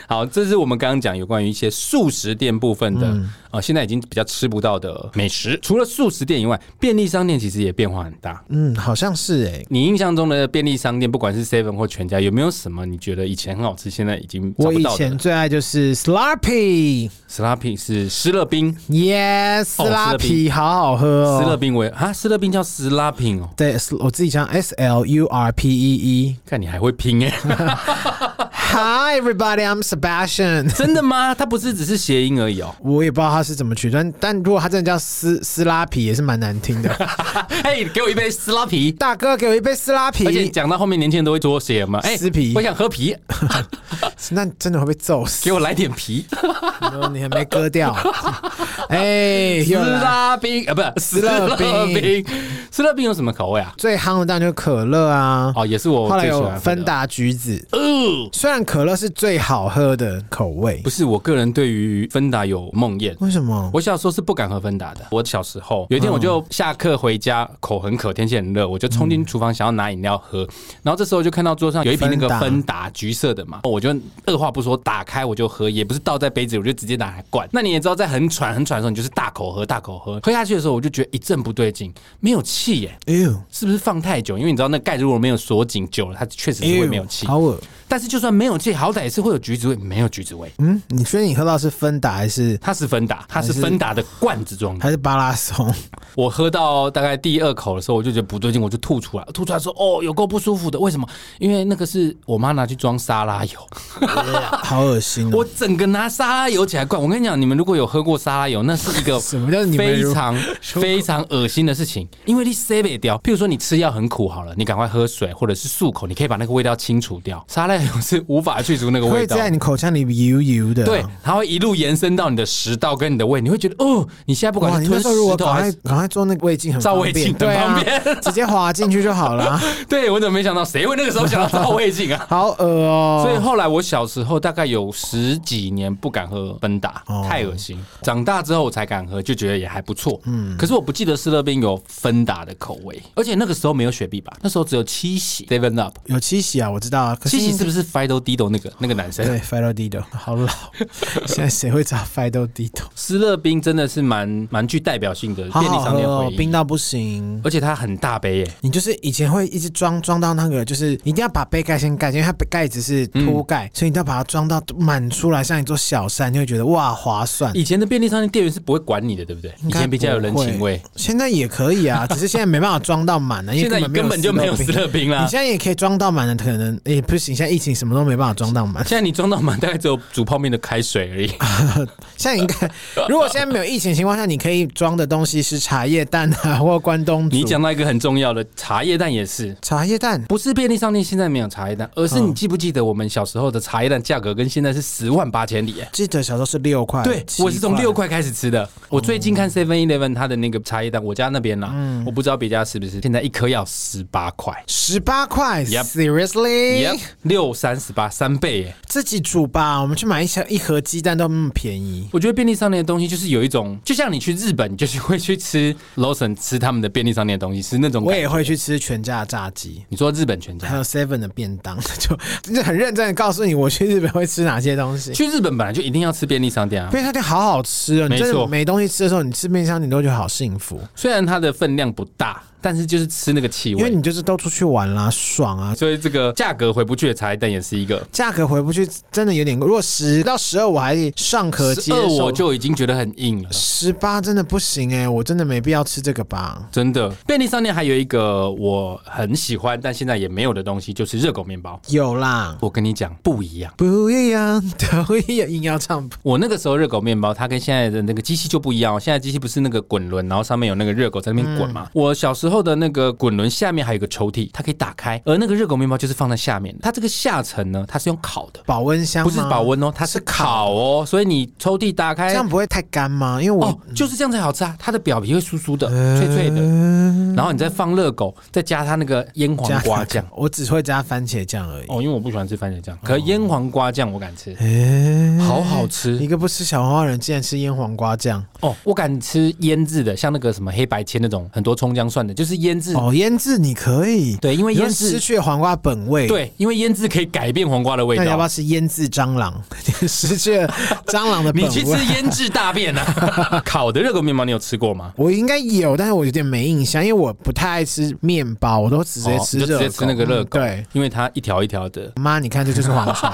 Speaker 4: 好，这是我们刚刚讲有关于一些素食店部分的，
Speaker 5: 嗯
Speaker 4: 呃，现在已经比较吃不到的美食。除了素食店以外，便利商店其实也变化很大。
Speaker 5: 嗯，好像是哎、
Speaker 4: 你印象中的便利商店，不管是 Seven 或全家，有没有什么你觉得以前很好吃，现在已经找
Speaker 5: 我
Speaker 4: 不
Speaker 5: 以
Speaker 4: 到
Speaker 5: 前
Speaker 4: 的
Speaker 5: 最爱就是 Slurpee，
Speaker 4: ？Slappy 是湿乐冰，
Speaker 5: yes，
Speaker 4: 哦
Speaker 5: 斯拉
Speaker 4: Slurpee
Speaker 5: 皮好好喝
Speaker 4: 湿乐
Speaker 5: 哦。
Speaker 4: 冰我也啊，湿乐冰叫 Slappy 哦，
Speaker 5: 对，我自己讲 S L U R P E E。
Speaker 4: 看你还会拼哎、
Speaker 5: Hi everybody, I'm Sebastian。
Speaker 4: <laughs> 真的吗？它不是只是谐音而已哦。 <laughs>
Speaker 5: 我也不知道他是怎么取，但但如果他真的叫斯斯拉皮，也是蛮难听的。
Speaker 4: <laughs> 嘿，给我一杯 Slappy。
Speaker 5: <laughs> 大哥，给我一杯斯拉
Speaker 4: 而且
Speaker 5: 皮，
Speaker 4: 讲到后面，年轻人都会多写嘛，哎、
Speaker 5: 撕皮
Speaker 4: 我想喝皮，
Speaker 5: 那真的会被揍死。
Speaker 4: 给我来点皮。
Speaker 5: 我，你还没割掉。
Speaker 4: <laughs>
Speaker 5: 哎，
Speaker 4: 斯
Speaker 5: 又来。
Speaker 4: 拉冰啊，不是斯
Speaker 5: 斯乐
Speaker 4: 乐
Speaker 5: 冰
Speaker 4: 冰，斯乐冰有什么口味啊？
Speaker 5: 最夯的当然就是可乐啊。
Speaker 4: 哦，也是我
Speaker 5: 后来
Speaker 4: 最喜欢喝
Speaker 5: 有
Speaker 4: 的
Speaker 5: 芬。达橘子，虽然可乐是最好喝的口味，
Speaker 4: 不是，我个人对于芬达有梦魇。
Speaker 5: 为什么？
Speaker 4: 我小时候是不敢喝芬达的。我小时候有一天，我就下课回家，口很渴，天气很热，我就冲进厨房想要拿饮料喝。然后这时候就看到桌上有一瓶那个
Speaker 5: 芬达
Speaker 4: 芬达，橘色的嘛，我就二话不说打开我就喝，也不是倒在杯子里，我就直接拿来灌。那你也知道，在很喘很喘的时候，你就是大口喝，大口喝。喝下去的时候，我就觉得一阵不对劲，没有气耶，
Speaker 5: 哎呦，
Speaker 4: 是不是放太久？因为你知道那盖子如果没有锁紧久了，它确实是会没有气。
Speaker 5: 哎好恶。
Speaker 4: 但是就算没有气，好歹也是会有橘子味，没有橘子味。
Speaker 5: 嗯，你说你喝到是芬达还是
Speaker 4: 它是芬达，它是芬达的罐子装的。
Speaker 5: 还是巴拉松？
Speaker 4: 我喝到大概第二口的时候，我就觉得不对劲，我就吐出来。吐出来说：“哦，有够不舒服的。”为什么？因为那个是我妈拿去装沙拉油，
Speaker 5: 好恶心
Speaker 4: 我
Speaker 5: 哦！
Speaker 4: 整个拿沙拉油起来灌。我跟你讲，你们如果有喝过沙拉油，那是一个
Speaker 5: <laughs> 什么叫你们
Speaker 4: 非
Speaker 5: 如
Speaker 4: 常非常恶心的事情，因为你塞不掉。譬如说你吃药很苦好了，你赶快喝水或者是漱口，你可以把那个味道清除掉。沙拉油是无法去除那个味
Speaker 5: 会
Speaker 4: 道。
Speaker 5: 在你口腔里油油的。
Speaker 4: 对，它会一路延伸到你的食道跟你的胃，你会觉得哦，你现在不
Speaker 5: 哇，
Speaker 4: 管
Speaker 5: 你
Speaker 4: 是吞
Speaker 5: 那时候如果
Speaker 4: 石头
Speaker 5: 赶
Speaker 4: 还
Speaker 5: 快
Speaker 4: 是
Speaker 5: 赶快做那个胃镜，很
Speaker 4: 照胃
Speaker 5: 方便
Speaker 4: 镜很
Speaker 5: 对啊
Speaker 4: 方便
Speaker 5: 直接滑进去就
Speaker 4: <laughs>
Speaker 5: 好了啊。
Speaker 4: 对我怎么没想到？谁会那个时候想到照胃镜啊？
Speaker 5: 好恶哦！
Speaker 4: 所以后来我小时候大概有十几年不敢喝芬达
Speaker 5: 哦，
Speaker 4: 太恶心。长大之后我才敢喝，就觉得也还不错。嗯，可是我不记得士乐冰有芬达的口味，而且那个时候没有雪碧吧？那时候只有七喜 Seven Up。
Speaker 5: 有七喜啊，我知道啊。可
Speaker 4: 七喜是
Speaker 5: 是
Speaker 4: 不是 Fido Dido 那个那个男生？
Speaker 5: 对 Fido Dido 好
Speaker 4: <laughs>
Speaker 5: 老，现在谁会找 Fido Dido？
Speaker 4: 斯乐冰真的是蛮蛮具代表性的
Speaker 5: 好
Speaker 4: 便利
Speaker 5: 好
Speaker 4: 商
Speaker 5: 喝
Speaker 4: 店回
Speaker 5: 哦，
Speaker 4: 忆，
Speaker 5: 冰到不行。
Speaker 4: 而且它很大杯耶。
Speaker 5: 你就是以前会一直装装到那个，就是一定要把杯盖先盖，因为它杯盖子是托
Speaker 4: 嗯
Speaker 5: 盖，所以你一定要把它装到满出来，像一座小山，你会觉得哇划算。
Speaker 4: 以前的便利商店店员是不会管你的，对不对？以
Speaker 5: 应该
Speaker 4: 前比较有人
Speaker 5: 不会
Speaker 4: 情味，，
Speaker 5: 现在也可
Speaker 4: <laughs>
Speaker 5: 以啊，只是现在没办法装到满啊了，因为
Speaker 4: 现在根本就没有斯啊乐冰啦
Speaker 5: 你。现在也可以装到满的，可能也、不行。现在疫情什么都没办法装到满。 <laughs>
Speaker 4: 现在你装到满，大概只有煮泡面的开水而已。
Speaker 5: 现在应
Speaker 4: <laughs>
Speaker 5: 该，如果现在没有疫情的情况下，你可以装的东西是茶叶蛋啊，或关东煮。
Speaker 4: 你讲到一个很重要的茶叶蛋也是。
Speaker 5: 茶叶蛋，
Speaker 4: 不是便利商店现在没有茶叶蛋，而
Speaker 5: 嗯
Speaker 4: 是你记不记得我们小时候的茶叶蛋价格跟现在是十万八千里耶？
Speaker 5: 记得小时候是六块，
Speaker 4: 对，
Speaker 5: 七哦
Speaker 4: 我是从六块开始吃的。我最近看 Seven Eleven 它的那个茶叶蛋，我家那边啦，
Speaker 5: 嗯
Speaker 4: 我不知道别家是不是，现在一颗要十八块。
Speaker 5: 十八块
Speaker 4: Yep
Speaker 5: ，Seriously，、
Speaker 4: Yep，六三十八，三倍耶！
Speaker 5: 自己煮吧，我们去买一小一盒鸡蛋都那么便宜。
Speaker 4: 我觉得便利商店的东西就是有一种，就像你去日本，你就是会去吃 Lawson 吃他们的便利商店的东西，是那种
Speaker 5: 我
Speaker 4: 感觉。
Speaker 5: 也会去吃全家的炸鸡，
Speaker 4: 你说日本全家
Speaker 5: <laughs> 还有 Seven 的便当， <laughs> 就就很认真的告诉你我去日本会吃哪些东西。
Speaker 4: 去日本本来就一定要吃便利商店啊，
Speaker 5: 便利商店好好吃哦，你
Speaker 4: 没
Speaker 5: 真的
Speaker 4: 错
Speaker 5: 没东西吃的时候，你吃便利商店你都觉得好幸福，
Speaker 4: 虽然它的分量不大，但是就是吃那个气
Speaker 5: 因为
Speaker 4: 味
Speaker 5: 你。就是都出去玩啦，爽啊！
Speaker 4: 所以这个价格回不去的茶叶蛋也是一个。
Speaker 5: 价格回不去真的有点贵，如果十到十二我还尚可接
Speaker 4: 十二
Speaker 5: 受，
Speaker 4: 我就已经觉得很硬了，
Speaker 5: 十八真的不行哎、我真的没必要吃这个吧。
Speaker 4: 真的。便利商店还有一个我很喜欢，但现在也没有的东西，就是热狗面包。
Speaker 5: 有啦，
Speaker 4: 我跟你讲不一样，
Speaker 5: 不一样，都一样，硬要唱。
Speaker 4: 我那个时候热狗面包它跟现在的那个机器就不一样、哦，现在机器不是那个滚轮，然后上面有那个热狗在那边滚
Speaker 5: 嗯
Speaker 4: 嘛。我小时候的那个滚轮下面还有一个抽屉，它可以打开，而那个热狗面包就是放在下面的，它这个下层呢，它是用烤的。
Speaker 5: 保温箱
Speaker 4: 不是
Speaker 5: 吗
Speaker 4: 保，温哦，它是烤哦，所以你抽屉打开
Speaker 5: 这样不会太干吗？因为我、
Speaker 4: 哦，就是这样才好吃啊！它的表皮会酥酥的、
Speaker 5: 呃
Speaker 4: 脆脆的，然后你再放热狗，再加它那个腌黄
Speaker 5: <laughs>
Speaker 4: 瓜酱。
Speaker 5: 我只会加番茄酱而已。
Speaker 4: 哦，因为我不喜欢吃番茄酱，可腌黄瓜酱我敢吃，
Speaker 5: 诶
Speaker 4: 好好
Speaker 5: 一
Speaker 4: 吃
Speaker 5: 个不吃小黄花的人，竟然吃腌黄瓜酱
Speaker 4: 哦！我敢吃腌制的，像那个什么黑白切那种，很多葱姜蒜的，就是腌制。
Speaker 5: 哦，腌制你可以，
Speaker 4: 对，因为
Speaker 5: 你会
Speaker 4: 腌
Speaker 5: 失
Speaker 4: 制，
Speaker 5: 去黄瓜本味。，
Speaker 4: 对，因为腌制可以改变黄瓜的味
Speaker 5: 那你要不要
Speaker 4: 道。
Speaker 5: 吃腌制蟑螂？ <laughs> 你失去了蟑螂的本
Speaker 4: 你去吃
Speaker 5: 味。
Speaker 4: 腌制大便
Speaker 5: <laughs>
Speaker 4: 啊！烤的热狗面包你有吃过吗？
Speaker 5: 我应该有，但是我有点没印象，因为我不太爱吃面包，我都直接
Speaker 4: 哦
Speaker 5: 吃
Speaker 4: 你就
Speaker 5: 热
Speaker 4: 直
Speaker 5: 狗。
Speaker 4: 接吃那个热狗，
Speaker 5: 嗯对，
Speaker 4: 因为它一条一条的，
Speaker 5: 妈，你看这就是蝗虫。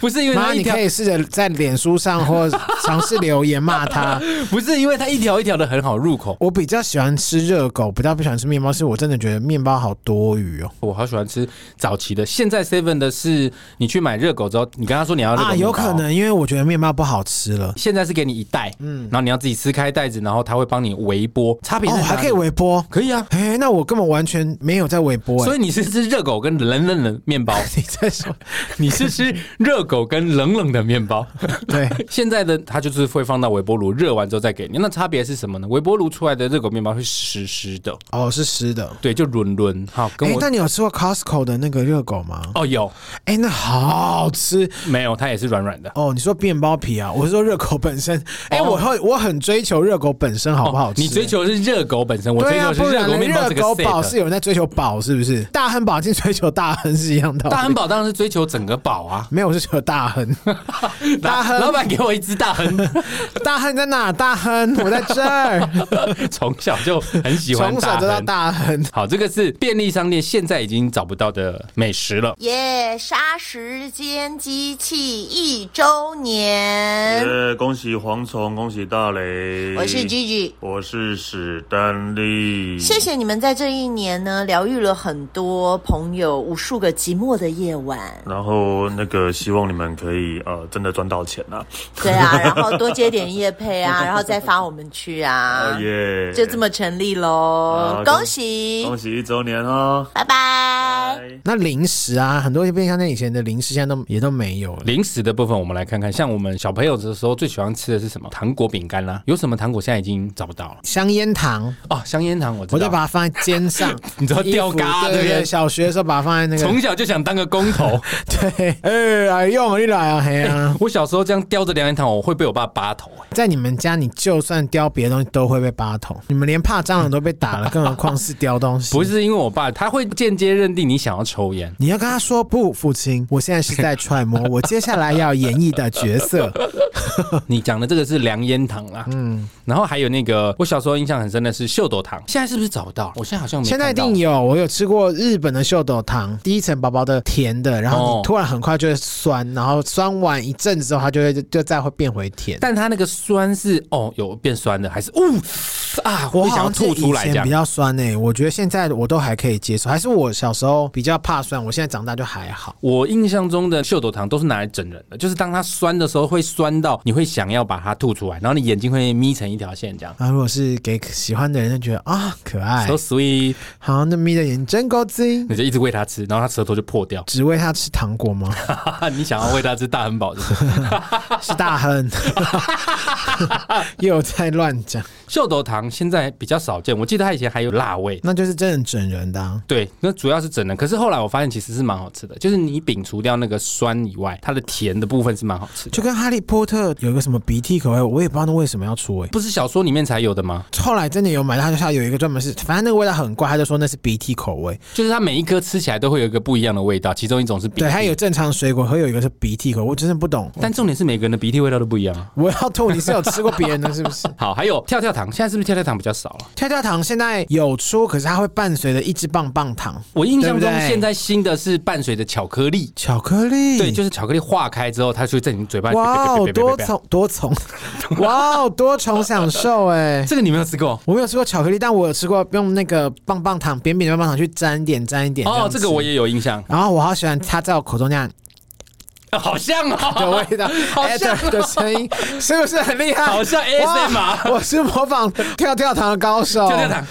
Speaker 4: 不是因为
Speaker 5: 妈，
Speaker 4: 它一
Speaker 5: 你
Speaker 4: 条
Speaker 5: 可以试着在脸书上或尝试留言骂
Speaker 4: <laughs>
Speaker 5: 他。
Speaker 4: 不是因为它一条一条的很好入口，
Speaker 5: 我比较喜欢吃热狗，比较不喜欢吃面包，是我真的觉得面包好多余哦。
Speaker 4: 我好喜欢吃早期的。现在 Seven 的是你去买热狗之后，你跟他说你要热狗、
Speaker 5: 啊，有可。能因为我觉得面包不好吃了。
Speaker 4: 现在是给你一袋，嗯，然后你要自己撕开袋子，然后他会帮你微波，差别
Speaker 5: 哦
Speaker 4: 在，哪
Speaker 5: 还
Speaker 4: 里
Speaker 5: 可以，微波。
Speaker 4: 可以啊。
Speaker 5: 哎、那我根本完全没有在微波、哎
Speaker 4: 所以你是吃热狗跟冷冷的面包，
Speaker 5: <laughs> 你在说
Speaker 4: 你是吃热狗跟冷冷的面包。 <laughs>
Speaker 5: 对，
Speaker 4: 现在的它就是会放到微波炉热完之后再给你，那差别是什么呢？微波炉出来的热狗面包是湿湿的，
Speaker 5: 哦，是湿的。
Speaker 4: 对，就软软。好，
Speaker 5: 哎、
Speaker 4: 跟我、
Speaker 5: 那你有吃过 Costco 的那个热狗吗？
Speaker 4: 哦有
Speaker 5: 哎、那好好吃
Speaker 4: 没有？它也是软软的。
Speaker 5: 哦。你说面包皮啊，我是说热狗本身。哎、
Speaker 4: 哦
Speaker 5: 我很我很追求热狗本身好不好吃、
Speaker 4: 你追求的是热狗本身，我
Speaker 5: 对
Speaker 4: 追求
Speaker 5: 啊，
Speaker 4: 的
Speaker 5: 不
Speaker 4: 是热
Speaker 5: 然
Speaker 4: 狗
Speaker 5: 呢
Speaker 4: 面包这个啊
Speaker 5: 热狗
Speaker 4: set。
Speaker 5: 堡是有人在追求堡，是不是？大汉堡竟追求大亨是一样的。
Speaker 4: 大汉堡当然是追求整个堡啊，
Speaker 5: 没有，同事只有
Speaker 4: <laughs>
Speaker 5: 大亨， <laughs> 大
Speaker 4: 老
Speaker 5: 亨，
Speaker 4: 板给我一只大
Speaker 5: <laughs>
Speaker 4: 亨，
Speaker 5: 大亨在哪？大亨，我在这儿，
Speaker 4: 从小就很 <laughs> 喜欢
Speaker 5: 从小
Speaker 4: 大
Speaker 5: 就到
Speaker 4: 亨。
Speaker 5: 大亨。
Speaker 4: 好，这个是便利商店现在已经找不到的美食了。
Speaker 6: 耶！杀时间机器一周年，
Speaker 7: 耶！恭喜蝗虫，恭喜大雷！
Speaker 6: 我是 Gigi。
Speaker 7: 我是史丹利。
Speaker 6: 谢谢你们在这一年呢，疗愈了很多朋友无数个寂寞的夜 <laughs> 晚。
Speaker 7: 然后那个，希望你们可以呃，真的赚到钱啊！
Speaker 6: 对啊，然后多接点夜配 <laughs> 啊，然后再发我们去啊 <laughs>
Speaker 7: 哦，耶！
Speaker 6: 就这么成立喽啊
Speaker 7: 好！
Speaker 6: 恭喜
Speaker 7: 恭，喜一周年哦！
Speaker 6: 拜拜。
Speaker 5: 那零食啊，很多便利商店以前的零食现在都也都没有了。
Speaker 4: 零食的部分，我们来看看，像我们小朋友的时候最喜欢吃的是什么？糖果、饼干啊啦，有什么糖果现在已经找不到了？
Speaker 5: 香烟糖，
Speaker 4: 哦，香烟糖，我知
Speaker 5: 我就
Speaker 4: 道。
Speaker 5: 把它放在肩上，
Speaker 4: <laughs> 你知道掉
Speaker 5: 衣服
Speaker 4: 嘎
Speaker 5: 对
Speaker 4: 对不对
Speaker 5: 小学的时候把它放在那个
Speaker 4: 从，小就想当个工
Speaker 5: <laughs>
Speaker 4: 头，
Speaker 5: 对，哎，来用你来啊，嘿啊，
Speaker 4: 我小时候这样叼着两烟糖，我会被我爸拔头、欸
Speaker 5: 在你们家，你就算叼别的东西都会被扒头，你们连怕蟑螂都被打了，更何况是叼东西？
Speaker 4: 不，是因为我爸，他会间接认定你想要抽烟。
Speaker 5: 你要跟他说不，父亲，我现在是在揣摩我接下来要演绎的角
Speaker 4: <laughs>
Speaker 5: 色。
Speaker 4: 你讲的这个是凉烟糖啦，嗯，然后还有那个我小时候印象很深的是秀豆糖，现在是不是找不到？我现在好像没
Speaker 5: 现在一
Speaker 4: 看到
Speaker 5: 定有，我有吃过日本的秀豆糖，第一层薄薄的甜的，然后
Speaker 4: 哦
Speaker 5: 你突然很快就会酸，然后酸完一阵子之后，它就会就再会变回甜。
Speaker 4: 但它那个酸是哦有变酸的，还是呜啊，
Speaker 5: 我
Speaker 4: 会
Speaker 5: 好
Speaker 4: 想要
Speaker 5: 像是
Speaker 4: 吐出来
Speaker 5: 以
Speaker 4: 这
Speaker 5: 前
Speaker 4: 样
Speaker 5: 比。较酸诶、我觉得现在我都还可以接受，还是我小时候比较怕酸，我现在长大就还好。
Speaker 4: 我印象中的秀豆糖都是拿来整人的，就是当它酸的时候，会酸到你会想要把它吐出来，然后你眼睛会眯成一条线这样。
Speaker 5: 啊，如果是给喜欢的人，就觉得啊可爱
Speaker 4: So，sweet，
Speaker 5: 好，那眯着眼睛真够精，。
Speaker 4: 你就一直喂它吃，然后它舌头就破掉 <laughs>
Speaker 5: 只喂他吃糖果吗？
Speaker 4: 哈哈，你想要喂它吃大汉 <laughs> 堡是不是？
Speaker 5: 是大亨， <laughs> 又在乱讲，
Speaker 4: 秀豆糖现在比较少见，我记得它以前还有辣味。
Speaker 5: 那就是真的整人的、啊。
Speaker 4: 对，那主要是整人。可是后来我发现其实是蛮好吃的，就是你摒除掉那个酸以外，它的甜的部分是蛮好吃的。
Speaker 5: 就跟哈利波特有一个什么鼻涕口味，我也不知道那为什么要出哎、
Speaker 4: 不是小说里面才有的吗？
Speaker 5: 后来真的有买到，他就说有一个专门是，反正那个味道很怪，他就说那是鼻涕口味。
Speaker 4: 就是它每一颗吃起来都会有一个不一样的味道，其中一种是鼻涕
Speaker 5: 对，还有正常水果，和有一个是鼻涕口味，我真的不懂。
Speaker 4: 但重点是每个人的鼻涕味道都不一样啊。
Speaker 5: 我要吐，你是有吃过别人的，是
Speaker 4: <laughs>
Speaker 5: 不是？
Speaker 4: 好，还有跳跳糖，现在是不是跳跳糖比较少了？
Speaker 5: 跳跳糖现在有出，可是它会伴随着一支棒棒糖、
Speaker 4: 我印象
Speaker 5: 对
Speaker 4: 中
Speaker 5: 不对
Speaker 4: 现在新的是伴随着巧克力。
Speaker 5: 巧克力。
Speaker 4: 对，就是巧克力化开之后，它就会在你嘴巴。
Speaker 5: 哇哦，多重
Speaker 4: <laughs>
Speaker 5: 多重，哇哦，多重享受哎！
Speaker 4: 这个你没有吃过
Speaker 5: 我没有吃过巧克力，但我有吃过用那个棒棒糖扁扁的棒棒糖去沾一点沾一点。
Speaker 4: 哦，
Speaker 5: 样
Speaker 4: 这
Speaker 5: 吃
Speaker 4: 个我。也有印象， <laughs>
Speaker 5: 然后我好喜欢它在我口中那样
Speaker 4: 好像
Speaker 5: 的
Speaker 4: 哦，
Speaker 5: 味道哎
Speaker 4: 好像哦
Speaker 5: 的声音，是不是很厉害？
Speaker 4: 好像 ASMR
Speaker 5: 哇我是模仿跳跳糖的高手。
Speaker 4: 跳跳糖？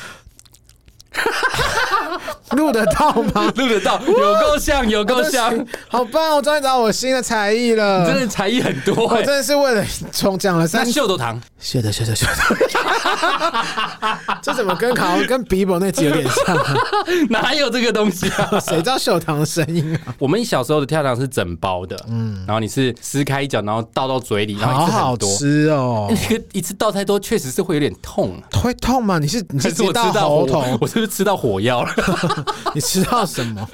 Speaker 5: 录得到吗
Speaker 4: <laughs> 录得到，有够像，有够像，
Speaker 5: 我都好棒！我终于找到我新的才艺了。
Speaker 4: 真的才艺很多
Speaker 5: 我
Speaker 4: 哎
Speaker 5: 真。的是为了重讲了
Speaker 4: 那
Speaker 5: 三
Speaker 4: 秀豆糖，
Speaker 5: 秀的秀的秀的，这怎么跟好像跟 Bibo 那集有点像、啊？
Speaker 4: <laughs> 哪有这个东西啊？
Speaker 5: 谁知道秀糖的声音啊？
Speaker 4: <laughs> 我们小时候的跳糖是整包的，嗯，然后你是撕开一角，然后倒到嘴里，然后
Speaker 5: 好
Speaker 4: 一次
Speaker 5: 好
Speaker 4: 很多。
Speaker 5: 吃哦！
Speaker 4: 那 <laughs> 个一次倒太多，确实是会有点痛、
Speaker 5: <laughs>
Speaker 4: 啊。
Speaker 5: 会痛吗？你是你
Speaker 4: 还是
Speaker 5: 是直接
Speaker 4: 我吃到
Speaker 5: 喉
Speaker 4: 火
Speaker 5: 头
Speaker 4: 我？是不是吃到火药 <laughs> 了？
Speaker 5: 你吃到什么？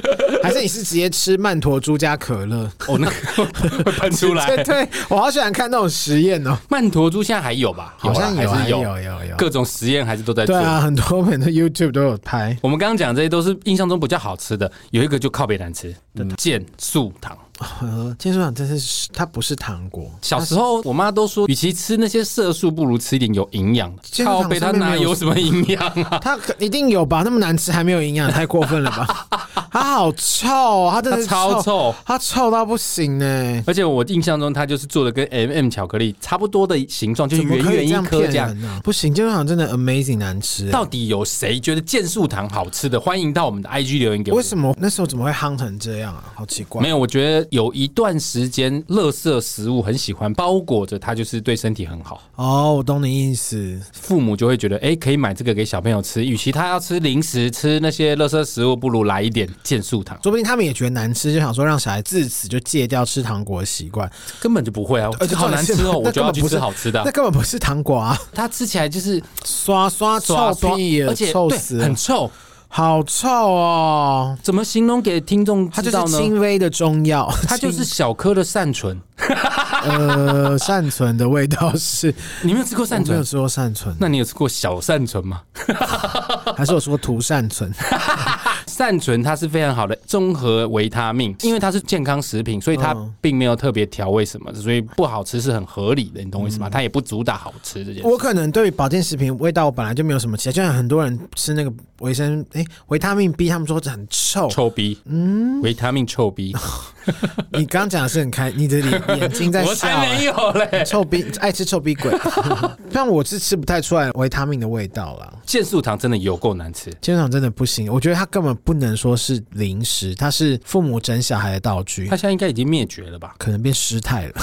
Speaker 5: 还是你是直接吃曼陀珠加可乐？
Speaker 4: 哦，
Speaker 5: <laughs>
Speaker 4: 那个会喷出来。
Speaker 5: 对对，我好喜欢看那种实验哦。
Speaker 4: 曼陀珠现在还有吧？
Speaker 5: 好像
Speaker 4: 有
Speaker 5: 有
Speaker 4: 啦还
Speaker 5: 啊
Speaker 4: 是有
Speaker 5: 有有有
Speaker 4: 各种实验还是都在
Speaker 5: 对
Speaker 4: 做。
Speaker 5: 啊，很多很多 YouTube 都有拍。
Speaker 4: 我们刚刚讲这些都是印象中比较好吃的，有一个就靠别难吃的
Speaker 5: 嗯
Speaker 4: 健素糖。
Speaker 5: 呃，健身房真是它不是糖果，
Speaker 4: 小时候我妈都说，与其吃那些色素，不如吃一点有营养的。
Speaker 5: 健素糖
Speaker 4: 靠北它
Speaker 5: 上面没
Speaker 4: 哪
Speaker 5: 有
Speaker 4: 有什么营养 <laughs>
Speaker 5: <laughs>
Speaker 4: 啊？
Speaker 5: 它可一定有吧？那么难吃还没有营养，太过分了
Speaker 4: <laughs>
Speaker 5: 吧？它好臭哦，它真的
Speaker 4: 它
Speaker 5: 是
Speaker 4: 超臭。
Speaker 5: 它臭到不行呢。
Speaker 4: 而且我印象中，它就是做的跟 M、M 巧克力差不多的形状，就是
Speaker 5: 怎么
Speaker 4: 圆
Speaker 5: 可以
Speaker 4: 圆一
Speaker 5: 这样
Speaker 4: 颗
Speaker 5: 骗
Speaker 4: 这样。
Speaker 5: 人啊呢？不行，健身房真的 amazing 难吃。
Speaker 4: 到底有谁觉得健素糖好吃的？欢迎到我们的 IG 留言给我
Speaker 5: 为
Speaker 4: 们。
Speaker 5: 什么那时候怎么会夯成这样啊？好奇怪。
Speaker 4: 没有，我觉得有一段时间，垃圾食物很喜欢包裹着它，就是对身体很好。
Speaker 5: 哦，我懂你意思。
Speaker 4: 父母就会觉得，哎，可以买这个给小朋友吃，与其他要吃零食、吃那些垃圾食物，不如来一点健素糖。
Speaker 5: 说不定他们也觉得难吃，就想说让小孩自此就戒掉吃糖果的习惯。
Speaker 4: 根本就不会啊，
Speaker 5: 而且
Speaker 4: 好难吃
Speaker 5: 呃重
Speaker 4: 哦，
Speaker 5: 点是
Speaker 4: 我就要去
Speaker 5: 那根本不
Speaker 4: 吃
Speaker 5: 是
Speaker 4: 好吃的啊
Speaker 5: 那。根本不是糖果啊！
Speaker 4: 它吃起来就是
Speaker 5: 刷刷
Speaker 4: 刷
Speaker 5: 臭屁耶，
Speaker 4: 而且
Speaker 5: 臭
Speaker 4: 对
Speaker 5: 死了
Speaker 4: 很臭。
Speaker 5: 好臭哦！
Speaker 4: 怎么形容给听众
Speaker 5: 它
Speaker 4: 知
Speaker 5: 就
Speaker 4: 道
Speaker 5: 是
Speaker 4: 呢？
Speaker 5: 轻微的中药，
Speaker 4: <laughs> 它就是小颗的善存， <laughs>
Speaker 5: 呃善存的味道是，
Speaker 4: 你没有吃过 <laughs> 善
Speaker 5: 我没有
Speaker 4: 存？
Speaker 5: 吃过善存，
Speaker 4: 那你有吃过小善存吗？
Speaker 5: 还是我说涂善
Speaker 4: <laughs>
Speaker 5: 存？
Speaker 4: 善存它是非常好的综合维他命，因为它是健康食品，所以它
Speaker 5: 嗯
Speaker 4: 并没有特别调味什么，所以不好吃是很合理的，你懂我意思吗？它也不主打好吃这件事。
Speaker 5: 嗯我可能对于保健食品味道我本来就没有什么期待，就像很多人吃那个维生哎维他命 B，他们说这很臭。
Speaker 4: 臭逼，嗯，维他命臭逼，
Speaker 5: 你刚刚讲的是很开，你的眼眼睛在
Speaker 4: 我
Speaker 5: 笑、啊
Speaker 4: 才没有嘞。
Speaker 5: 臭逼爱吃臭逼
Speaker 4: <laughs>
Speaker 5: 鬼，但我是吃不太出来维他命的味道啦。
Speaker 4: 健素糖真的有够难吃，
Speaker 5: 健身房真的不行，我觉得它根本不能说是零食，它是父母整小孩的道具
Speaker 4: 它，现在应该已经灭绝了吧？
Speaker 5: 可能变失态了，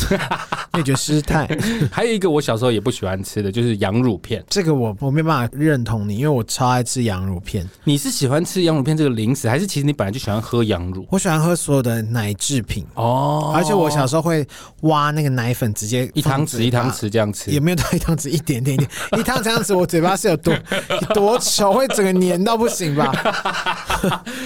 Speaker 5: <laughs> 灭绝失
Speaker 4: <laughs>
Speaker 5: 态。
Speaker 4: 还有一个我小时候也不喜欢吃的就是羊乳片。
Speaker 5: 这个我我没办法认同你，因为我超爱吃羊乳片，
Speaker 4: 你是喜欢吃羊乳片这个零食，还是其实你本来就喜欢喝羊乳？
Speaker 5: 我喜欢喝所有的奶制品，
Speaker 4: 哦
Speaker 5: 而且我小时候会挖那个奶粉直接
Speaker 4: 一汤
Speaker 5: 放
Speaker 4: 匙
Speaker 5: 嘴
Speaker 4: 一
Speaker 5: 巴
Speaker 4: 汤。匙这样吃
Speaker 5: 也，没有到一汤匙，一点点一点， <laughs> 一汤匙这样子，我嘴巴是有多多稠，会整个黏到不行吧？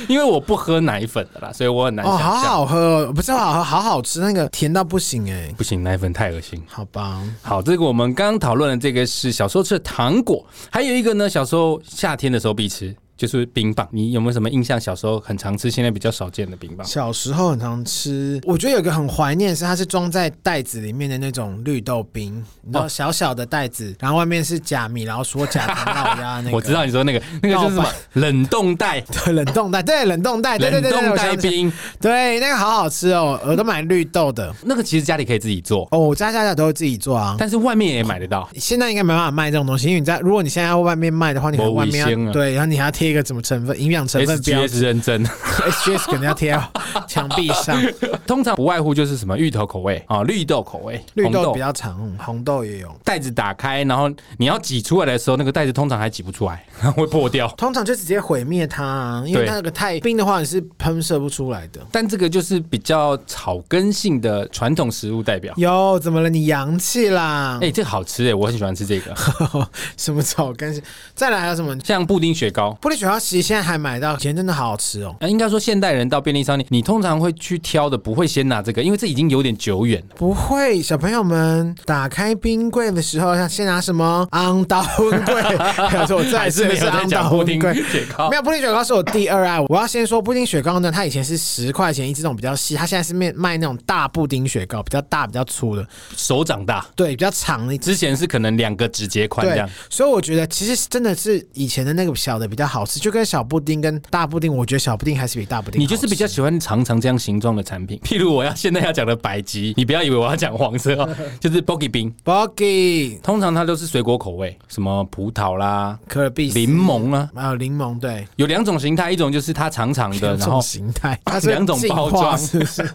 Speaker 4: 因为我不喝奶粉的啦，所以我很难
Speaker 5: 哦，
Speaker 4: 想
Speaker 5: 好
Speaker 4: 象。
Speaker 5: 好喝哦，不是好好喝，好好吃，那个甜到不行哎、
Speaker 4: 不行，奶粉太恶心。
Speaker 5: 好吧，
Speaker 4: 好，这个我们刚刚讨论的这个是小时候吃的糖果，还有一个呢，小时候夏天的时候必吃就是冰棒。你有没有什么印象？小时候很常吃，现在比较少见的冰棒。
Speaker 5: 小时候很常吃，我觉得有一个很怀念是它是装在袋子里面的那种绿豆冰，你知
Speaker 4: 哦
Speaker 5: 道小小的袋子，然后外面是假米老鼠、假唐老鸭那个，
Speaker 4: 我知道你说那个那个就是什
Speaker 5: 盗
Speaker 4: 么
Speaker 5: 版
Speaker 4: 冷冻袋，
Speaker 5: 对冷冻袋，对冷冻袋， <laughs> 对对
Speaker 4: 冷
Speaker 5: 对对，
Speaker 4: 冻
Speaker 5: 我
Speaker 4: 袋
Speaker 5: 想起来
Speaker 4: 冰，
Speaker 5: 对那个好好吃哦，我都买绿豆的
Speaker 4: 那个其实家里可以自己做，
Speaker 5: 哦，我家家家都会自己做啊。
Speaker 4: 但是外面也买得到。
Speaker 5: 现在应该没办法卖这种东西，因为你在如果你现在要外面卖的话，你可能
Speaker 4: 没
Speaker 5: 外
Speaker 4: 卫
Speaker 5: 面
Speaker 4: 生
Speaker 5: 要
Speaker 4: 啊
Speaker 5: 对，然后你还要贴一个什么成分、营养成分标
Speaker 4: SGS 认真，
Speaker 5: ，SGS 肯定要贴到墙壁上。
Speaker 4: <laughs> 通常不外乎就是什么芋头口味啊、绿豆口味、
Speaker 5: 绿
Speaker 4: 红
Speaker 5: 豆比较长，嗯红豆也有。
Speaker 4: 袋子打开，然后你要挤出来的时候，那个袋子通常还挤不出来，然后会破掉。
Speaker 5: 通常就直接毁灭它、啊，因为
Speaker 4: 对
Speaker 5: 它那个太冰的话，你是喷射不出来的。
Speaker 4: 但这个就是比较草根性的传统食物代表。
Speaker 5: 哟，怎么了？你洋气啦
Speaker 4: 哎、？这个好吃哎、我很喜欢吃这个，
Speaker 5: <laughs> 什么草根？再来还有什么？
Speaker 4: 像布丁雪糕。
Speaker 5: 玻璃雪糕其实现在还买到，以前真的好好吃哦。
Speaker 4: 啊，应该说现代人到便利商店，你通常会去挑的，不会先拿这个，因为这已经有点久远了。
Speaker 5: 不会，小朋友们打开冰柜的时候，要先拿什么？昂达
Speaker 4: <laughs>
Speaker 5: 温柜。可是我再
Speaker 4: 还是
Speaker 5: 次
Speaker 4: 没有在
Speaker 5: 昂
Speaker 4: 讲
Speaker 5: 达
Speaker 4: 布
Speaker 5: 温
Speaker 4: 丁
Speaker 5: 柜。
Speaker 4: 雪糕
Speaker 5: 没。有布丁雪糕是我第二啊爱。我要先说布丁雪糕呢，它以前是十块钱一只，这种比较细，它现在是卖卖那种大布丁雪糕，比较大、比较粗的，
Speaker 4: 手掌大，
Speaker 5: 对，比较长的一
Speaker 4: 之前是可能两个指节宽这
Speaker 5: 对
Speaker 4: 样。，
Speaker 5: 所以我觉得其实真的是以前的那个小的比较好吃，就跟小布丁跟大布丁，我觉得小布丁还是比大布丁好吃。
Speaker 4: 你就是比较喜欢长长这样形状的产品，譬如我要现在要讲的百吉，你不要以为我要讲黄色
Speaker 5: <laughs>
Speaker 4: 哦，就是 Boggy 冰，
Speaker 5: Boggy
Speaker 4: 通常它都是水果口味，什么葡萄啦、
Speaker 5: 可尔必斯
Speaker 4: 柠檬啦，
Speaker 5: 还有柠檬，对，
Speaker 4: 有两种形态，一种就是它长长的，
Speaker 5: 两
Speaker 4: 然后
Speaker 5: 种形态，
Speaker 4: 它
Speaker 5: 它
Speaker 4: 是
Speaker 5: 是
Speaker 4: 两种
Speaker 5: 进化
Speaker 4: 包装
Speaker 5: 是不是？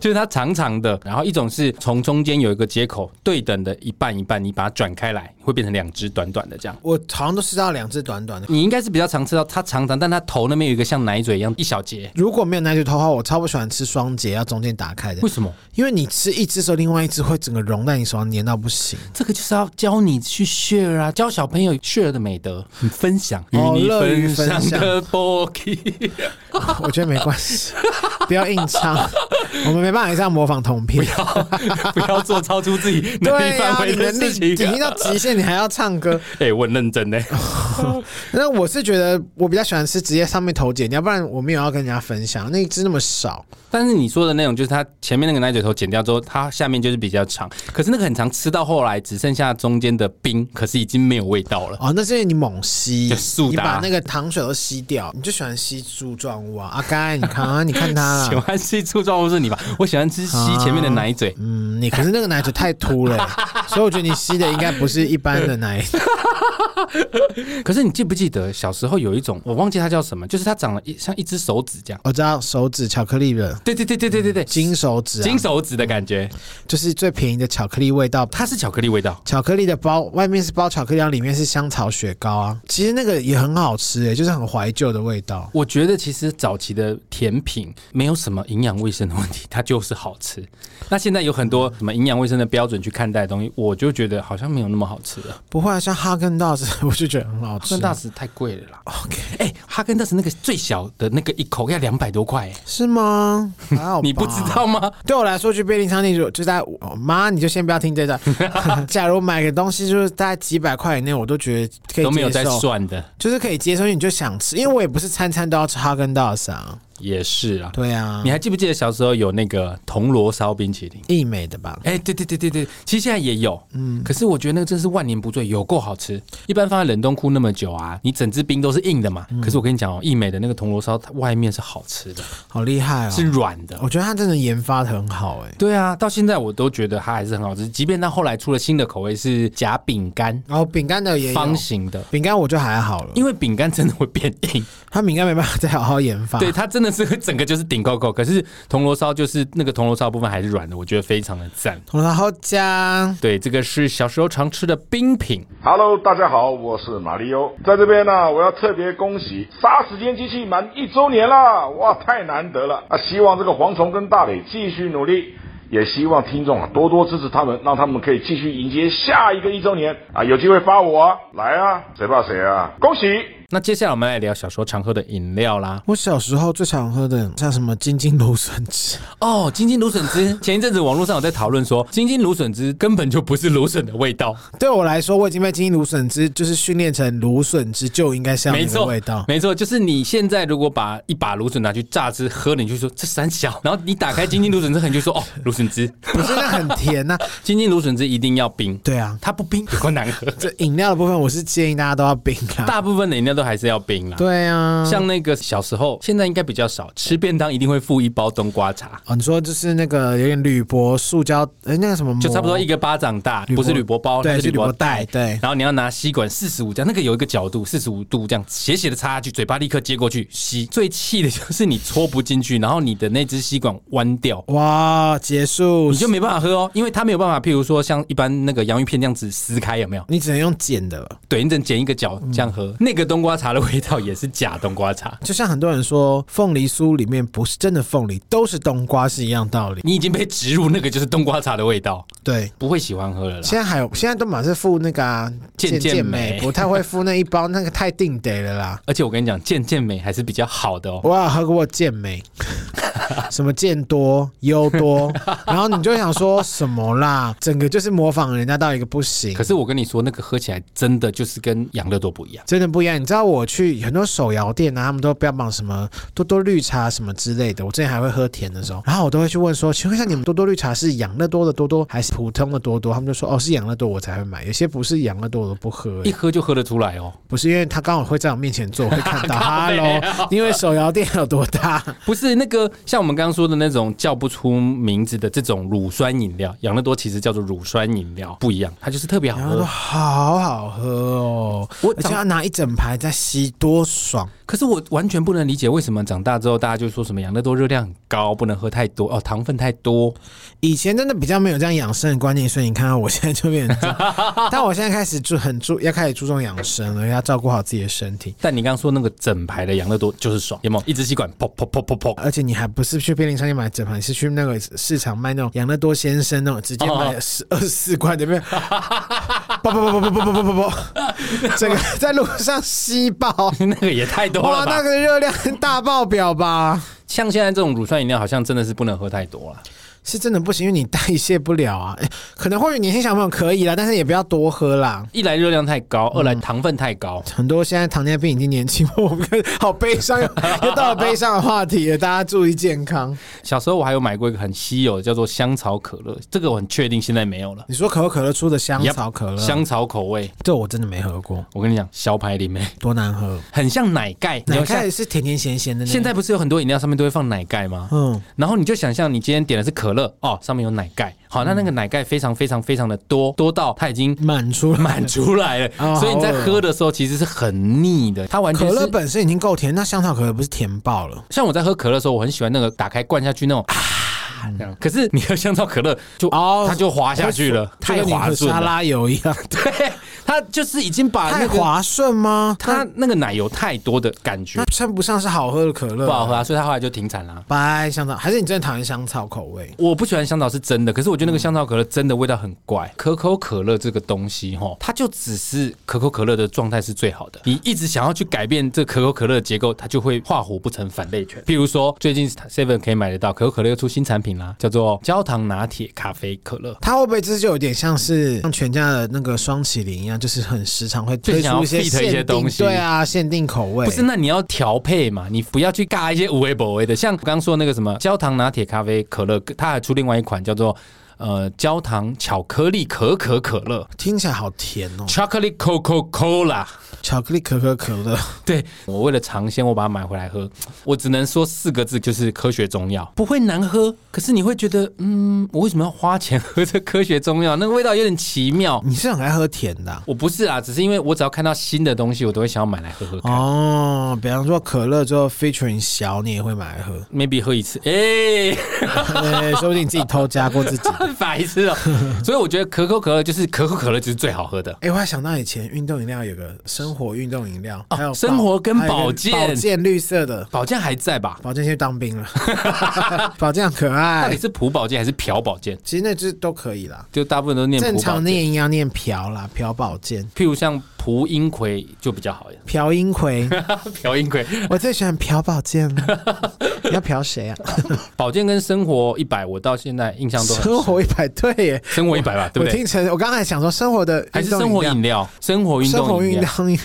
Speaker 4: 就是它长长的，然后一种是从中间有一个接口对等的，一半一半，你把它转开来，会变成两只短短的这样。
Speaker 5: 我好像都吃到两只短短的。
Speaker 4: 你应该是比较常吃到它长长，但它头那边有一个像奶嘴一样一小节，
Speaker 5: 如果没有奶嘴头的话，我超不喜欢吃双节要中间打开的
Speaker 4: 为，什么？
Speaker 5: 因为你吃一只的时候，另外一只会整个融在你手上，粘到不行。
Speaker 4: 这个就是要教你去 share 啊，教小朋友 share 的美德，你嗯分享与
Speaker 5: 哦
Speaker 4: 你
Speaker 5: 乐于
Speaker 4: 分
Speaker 5: 分享
Speaker 4: 享的 Boki，
Speaker 5: 我觉得没关系，不要硬唱，我们没办法这样模仿同片。
Speaker 4: <laughs> 不要做超出自己
Speaker 5: 对
Speaker 4: 能力
Speaker 5: 啊，
Speaker 4: 范
Speaker 5: 你
Speaker 4: 围的
Speaker 5: 能力
Speaker 4: 事 <laughs>
Speaker 5: 已
Speaker 4: 情、
Speaker 5: 经
Speaker 4: 啊。
Speaker 5: 到极限，你还要唱
Speaker 4: <laughs>
Speaker 5: 歌。
Speaker 4: 哎、我很认真呢、
Speaker 5: 那我是觉得我比较喜欢吃直接上面头剪，要不然我没有要跟人家分享，那一只那么少，
Speaker 4: 但是你说的那种，就是它前面那个奶嘴头剪掉之后，它下面就是比较长，可是那个很长，吃到后来只剩下中间的冰，可是已经没有味道了。
Speaker 5: 哦，那是因为你猛吸
Speaker 4: 就，速
Speaker 5: 你
Speaker 4: 达
Speaker 5: 把那个糖水都吸掉，你就喜欢吸柱状物啊。阿甘，你看啊，你看
Speaker 4: <laughs>
Speaker 5: 他
Speaker 4: 喜
Speaker 5: 啊，
Speaker 4: 欢吃醋状物是你吧？我喜欢吃吸前面的奶嘴，
Speaker 5: 嗯，你可是那个奶嘴太凸
Speaker 4: <laughs>
Speaker 5: 了，所以我觉得你吸的应该不是一般的奶。
Speaker 4: 可是你记不记得小时候有一种，我忘记它叫什么，就是它长了一像一只手指这样。
Speaker 5: 我知道手指巧克力的
Speaker 4: 对对对对对对对，
Speaker 5: 金手指、啊，
Speaker 4: 金手指的感觉，
Speaker 5: 就是最便宜的巧克力味道，
Speaker 4: 它是巧克力味道。
Speaker 5: 巧克力的包外面是包巧克力，然后里面是香草雪糕啊。其实那个也很好吃诶、就是很怀旧的味道。
Speaker 4: 我觉得其实早期的甜品没有什么营养卫生的问问题，它就是好吃。那现在有很多什么营养卫生的标准去看待的东西，我就觉得好像没有那么好吃了。
Speaker 5: 不会啊，像哈根达斯， <laughs> 我就觉得很好
Speaker 4: 哈
Speaker 5: 吃。
Speaker 4: 根达斯太贵了啦！
Speaker 5: OK
Speaker 4: 哎、哈根达斯那个最小的那个一口要两百多块、哎
Speaker 5: 是吗？还好吧
Speaker 4: 你不知道吗？
Speaker 5: 对我来说，去便利商店就就在我妈，你就先不要听这个。 <laughs> 假如买个东西就是大概几百块以内，我都觉得可以接受
Speaker 4: 都没有在，算的，
Speaker 5: 就是可以接受，因为你就想吃，因为我也不是餐餐都要吃哈根达斯啊。
Speaker 4: 也是啦。
Speaker 5: 对啊
Speaker 4: 你，还记不记得小时候有那个铜锣烧冰淇淋？
Speaker 5: 一美的吧？
Speaker 4: 哎、对对对对对，其实现在也有，嗯，可是我觉得那个真是万年不醉，有够好吃。一般放在冷冻库那么久啊，你整只冰都是硬的嘛。
Speaker 5: 嗯
Speaker 4: 可是我跟你讲哦，益美的那个铜锣烧，它外面是好吃的，
Speaker 5: 好厉害哦！
Speaker 4: 是软的。
Speaker 5: 我觉得它真的研发的很好哎、
Speaker 4: 对啊，到现在我都觉得它还是很好吃，即便它后来出了新的口味是夹饼干，
Speaker 5: 然后饼干的也有
Speaker 4: 方形的，
Speaker 5: 饼干我就还好了，因
Speaker 4: 因
Speaker 5: 为
Speaker 4: 为饼干真的会变硬，
Speaker 5: 它饼干没办法再好好研发。
Speaker 4: 对，它真的是会整个就是顶扣扣。可是铜锣烧就是那个铜锣烧部分还是软的，我觉得非常的赞。
Speaker 5: 然后加
Speaker 4: 对，这个是小时候常吃的冰品。
Speaker 8: Hello，大家好，我是马里欧，在这边呢，我要特别恭喜《杀时间机器》满一周年啦！哇，太难得了啊！希望这个蝗虫跟大磊继续努力，也希望听众啊多多支持他们，让他们可以继续迎接下一个一周年啊！有机会发我啊，来啊，谁怕谁啊！恭喜！
Speaker 4: 那接下来我们来聊小时候常喝的饮料啦。
Speaker 5: 我小时候最常喝的像什么金金芦笋
Speaker 4: <laughs>
Speaker 5: 汁，
Speaker 4: 哦，金金芦笋汁，前一阵子网络上有在讨论说，金金芦笋汁根本就不是芦笋的味道，
Speaker 5: 对我来说，我已经被金金芦笋汁就是训练成芦笋汁就应该是要
Speaker 4: 没
Speaker 5: 那个
Speaker 4: 错，
Speaker 5: 味道。
Speaker 4: 没错，就是你现在如果把一把芦笋拿去榨汁喝，你就说这三小，然后你打开金金芦笋汁，你就说哦，芦笋汁，
Speaker 5: 不是那很甜呐、啊
Speaker 4: 金金芦笋汁一定要冰，
Speaker 5: <laughs> 对啊，
Speaker 4: 它不冰有够难喝，
Speaker 5: <laughs> 这饮料的部分我是建议大家都要冰啦。
Speaker 4: 大部分的饮料都还是要冰啦。
Speaker 5: 对啊，
Speaker 4: 像那个小时候，现在应该比较少吃便当，一定会附一包冬瓜茶，
Speaker 5: 哦，你说就是那个有点铝箔塑胶，哎、那个什么膜，
Speaker 4: 就差不多一个巴掌大，不是铝箔包，它
Speaker 5: 对，
Speaker 4: 是
Speaker 5: 是
Speaker 4: 铝
Speaker 5: 铝
Speaker 4: 箔
Speaker 5: 箔
Speaker 4: 袋
Speaker 5: 袋，。对。
Speaker 4: 然后你要拿吸管四十五这样，那个有一个角度四十五度这样斜斜的插下去，嘴巴立刻接过去吸。最气的就是你戳不进去，然后你的那只吸管弯掉。
Speaker 5: 哦哇，结束，
Speaker 4: 你就没办法喝哦，因为它没有办法，譬如说像一般那个洋芋片这样子撕开，有没有？
Speaker 5: 你只能用剪的了。
Speaker 4: 对，你只能剪一个角这样喝。那个冬瓜茶的味道也是假冬瓜茶， <laughs>
Speaker 5: 就像很多人说，凤梨酥里面不是真的凤梨，都是冬瓜，是一样道理。
Speaker 4: 你已经被植入那个就是冬瓜茶的味道，
Speaker 5: 对，
Speaker 4: 不会喜欢喝了啦。
Speaker 5: 现在还有，现在都满是附那个啊
Speaker 4: 健
Speaker 5: 健
Speaker 4: 健美
Speaker 5: 美，不太会附那一包，那个太定得了 <laughs> 啦。
Speaker 4: 而且我跟你讲，健健美还是比较好的哦。
Speaker 5: 我有喝过健美， <laughs> 什么健多、优多，然后你就想说什么啦？整个就是模仿人家到一个不行
Speaker 4: 可，是我跟你说，那个喝起来真的就是跟养乐多不一样。
Speaker 5: 真的不一样。你知道我去很多手摇店啊，他们都标榜什么多多绿茶什么之类的。我之前还会喝甜的时候，然后我都会去问说，请问一下你们多多绿茶是养乐多的多多还是普通的多多？他们就说哦是养乐多我才会买，有些不是养乐多我都不 <laughs> 喝、
Speaker 4: 一喝就喝得出来哦，
Speaker 5: 不是因为他刚好会在我面前坐，我会看 <laughs> 到。
Speaker 4: 靠背哦
Speaker 5: Hello，因为手摇店有多大？
Speaker 4: 不是那个像我们刚刚说的那种叫不出名字的这种乳酸饮料，养乐多其实叫做乳酸饮料，不一样，它就是特别好
Speaker 5: 然后
Speaker 4: 喝。
Speaker 5: 说好好喝哦，
Speaker 4: 我
Speaker 5: 而且
Speaker 4: 早
Speaker 5: 要拿一整排在吸，多爽！
Speaker 4: 可是我完全不能理解为什么长大之后大家就说什么养乐多热量很高，不能喝太多哦，糖分太多。
Speaker 5: 以前真的比较没有这样养生的观念，所以你看到我现在就变成这样。但我现在开始注很注要开始注重养生了，要照顾好自己的身体。
Speaker 4: 但你刚刚说那个整排的养乐多就是爽，有没有？一支吸管，噗噗噗噗噗。 <laughs>
Speaker 5: 而且你还不是去便利商店买整盘，是去那个市场卖那种养乐多先生那种，直接买十二十四罐，对不对？不不不不不不不不不，整个在路上吸爆。
Speaker 4: 那个也太多
Speaker 5: 哇，
Speaker 4: 了吧！
Speaker 5: 那个热量大爆表吧？
Speaker 4: 像现在这种乳酸饮料，好像真的是不能喝太多了。
Speaker 5: 是真的不行，因为你代谢不了啊。诶可能或许年轻小朋友可以啦，但是也不要多喝啦。
Speaker 4: 一来热量太高，二来糖分太高。
Speaker 5: 很多现在糖尿病已经年轻，我们跟好悲伤，又又到了悲伤的话题了。大家注意健康。
Speaker 4: 小时候我还有买过一个很稀有的，叫做香草可乐，这个我很确定现在没有了。
Speaker 5: 你说可口可乐出的香草可乐，
Speaker 4: 香草口味，
Speaker 5: 这我真的没喝过，
Speaker 4: 我跟你讲，小牌里面 <laughs>
Speaker 5: 多难喝。
Speaker 4: 很像奶盖，你
Speaker 5: 奶
Speaker 4: 要
Speaker 5: 盖
Speaker 4: 像
Speaker 5: 也是甜甜咸咸的呢。
Speaker 4: 现在不是有很多饮料上面都会放奶盖吗？
Speaker 5: 嗯，
Speaker 4: 然后你就想象你今天点的是可乐哦，上面有奶盖，好，
Speaker 5: 嗯
Speaker 4: 那那个奶盖非常非常非常的多，多到它已经
Speaker 5: 满出来
Speaker 4: 满出来了，
Speaker 5: 嗯 <laughs> 哦
Speaker 4: 所以你在
Speaker 5: 好恶
Speaker 4: 喝的时候其实是很腻的，它完全
Speaker 5: 可
Speaker 4: 是
Speaker 5: 乐本身已经够甜，那香草可乐不是甜爆了？
Speaker 4: 像我在喝可乐的时候，我很喜欢那个打开灌下去那种啊 <laughs> 这样。可是你的香草可乐就
Speaker 9: 哦
Speaker 4: 它就滑下去了，
Speaker 5: 哦
Speaker 9: 太滑
Speaker 4: 顺
Speaker 9: 沙
Speaker 4: 了。
Speaker 9: 拉油一样，
Speaker 4: <laughs> 对，它就是已经把那
Speaker 5: 太
Speaker 4: 个
Speaker 5: 滑顺吗？它
Speaker 4: 它那个奶油太多的感觉
Speaker 5: 它称不上是好喝的可乐，
Speaker 4: 不好喝啊，所以它后来就停产啦。
Speaker 5: 拜香草，还是你真的讨厌香草口味？
Speaker 4: 我不喜欢香草是真的，可是我觉得那个香草可乐真的味道很怪。可口可乐这个东西，哈，它就只是可口可乐的状态是最好的。你一直想要去改变这可口可乐的结构，它就会化虎不成反类犬。譬如说，最近 Seven 可以买得到可口可乐又出新产品啦，叫做焦糖拿铁咖啡可乐。
Speaker 5: 它会不会这就有点像是像全家的那个双麒麟一样，就是很时常会
Speaker 4: 就
Speaker 5: 推
Speaker 4: 想要
Speaker 5: 出些
Speaker 4: fit 一些
Speaker 5: 限定
Speaker 4: 东西
Speaker 5: 对啊，限定口味。
Speaker 4: 不是，那你要调配嘛，你不要去尬一些无为不为的。像我刚刚说那个什么焦糖拿铁咖啡可乐，它还出另外一款叫做呃焦糖巧克力可可可乐
Speaker 5: 听起来好甜哦，
Speaker 4: （Chocolate Coca Cola）。
Speaker 5: 巧克力可可可乐。
Speaker 4: 对我为了尝鲜，我把它买回来喝，我只能说四个字，就是科学中药，不会难喝。可是你会觉得，嗯，我为什么要花钱喝这科学中药？那个味道有点奇妙。
Speaker 5: <laughs> 你是很爱喝甜的啊、
Speaker 4: 我不是啊，只是因为我只要看到新的东西，我都会想要买来喝喝看。
Speaker 5: 哦，比方说可乐之后 featuring 小，你也会买来喝， <laughs>
Speaker 4: maybe 喝一次，哎、
Speaker 5: 对，说不定你自己偷加过自己的。
Speaker 4: <laughs> 白痴 <laughs> 哦、所以我觉得可口可乐就是可口可乐就是最好喝的。
Speaker 5: 哎、我还想到以前运动饮料有个生活运动饮料，还有保
Speaker 4: 哦生活跟
Speaker 5: 还有一个
Speaker 4: 保健
Speaker 5: 保健绿色的，
Speaker 4: 保健还在吧？
Speaker 5: 保健去当兵了，
Speaker 4: <laughs>
Speaker 5: <laughs> 保健很可
Speaker 4: 到 <laughs> 底
Speaker 5: 爱。
Speaker 4: 是普保健还是朴保健？
Speaker 5: 其实那只都可以啦，
Speaker 4: 就大部分都念普
Speaker 5: 正
Speaker 4: 保
Speaker 5: 常
Speaker 4: 健。
Speaker 5: 念应要念朴啦，朴保健，
Speaker 4: 譬如像蒲英葵就比较好呀，
Speaker 5: 朴英
Speaker 4: <laughs>
Speaker 5: 奎，
Speaker 4: 朴英葵
Speaker 5: 我最喜欢朴保
Speaker 4: <laughs>
Speaker 5: 健了。你要朴谁啊？
Speaker 4: 保健跟生活一百，我到现在印象都很深
Speaker 5: 生活一百对耶，
Speaker 4: 生活一百吧，对
Speaker 5: 我
Speaker 4: 不对
Speaker 5: 听？成我刚才想说生活的
Speaker 4: 还是
Speaker 5: 运动
Speaker 4: 生活饮料，生活运
Speaker 5: 生
Speaker 4: 动
Speaker 5: 活
Speaker 4: 饮
Speaker 5: 运
Speaker 4: 料。
Speaker 5: 动饮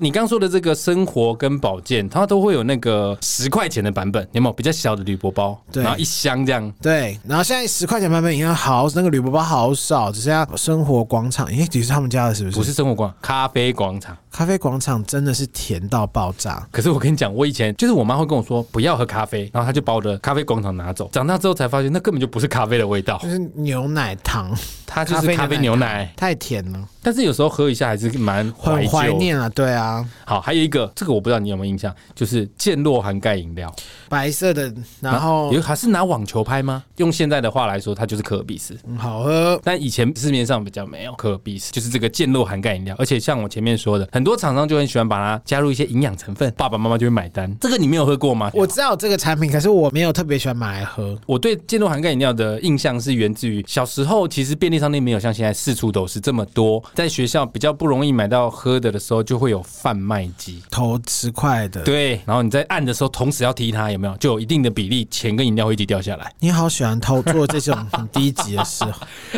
Speaker 4: 你刚说的这个生活跟保健，它都会有那个十块钱的版本，有没有比较小的铝箔包？
Speaker 5: 对
Speaker 4: 然后一箱这样。
Speaker 5: 对，然后现在十块钱版本饮料好，那个铝箔包好少，只剩下生活广场，诶，只是他们家的是不是？
Speaker 4: 不是生活广咖啡广场，
Speaker 5: 咖啡广场真的是甜到爆
Speaker 4: <laughs>
Speaker 5: 炸。
Speaker 4: 可是我跟你讲，我以前就是我妈会跟我说不要喝咖啡，然后她就把我的咖啡广场拿走。长大之后才发现，那根本就不是咖啡的味道
Speaker 5: 就，是牛奶糖，
Speaker 4: 它就是咖啡牛奶。
Speaker 5: 太甜了，
Speaker 4: 但是有时候喝一下还是蛮怀
Speaker 5: 很
Speaker 4: 旧。
Speaker 5: 怀念啊！对啊，
Speaker 4: 好，还有一个，这个我不知道你有没有印象，就是健洛涵盖饮料。
Speaker 5: 白色的，然后
Speaker 4: 啊有还是拿网球拍吗？用现在的话来说，它就是可尔必斯。
Speaker 5: 嗯好喝，
Speaker 4: 但以前市面上比较没有可尔必斯，就是这个健肉含钙饮料。而且像我前面说的，很多厂商就很喜欢把它加入一些营养成分，爸爸妈妈就会买单。这个你没有喝过吗？
Speaker 5: 我知道这个产品，可是我没有特别喜欢买来喝。
Speaker 4: 我对健肉含钙饮料的印象是源自于小时候，其实便利商店没有像现在四处都是这么多，在学校比较不容易买到喝的的时候，就会有贩卖机。
Speaker 5: 投十块的，
Speaker 4: 对，然后你在按的时候，同时要踢它，有没有？就有一定的比例，钱跟饮料会一起掉下来。
Speaker 5: 你好喜欢偷做这种很低级的事，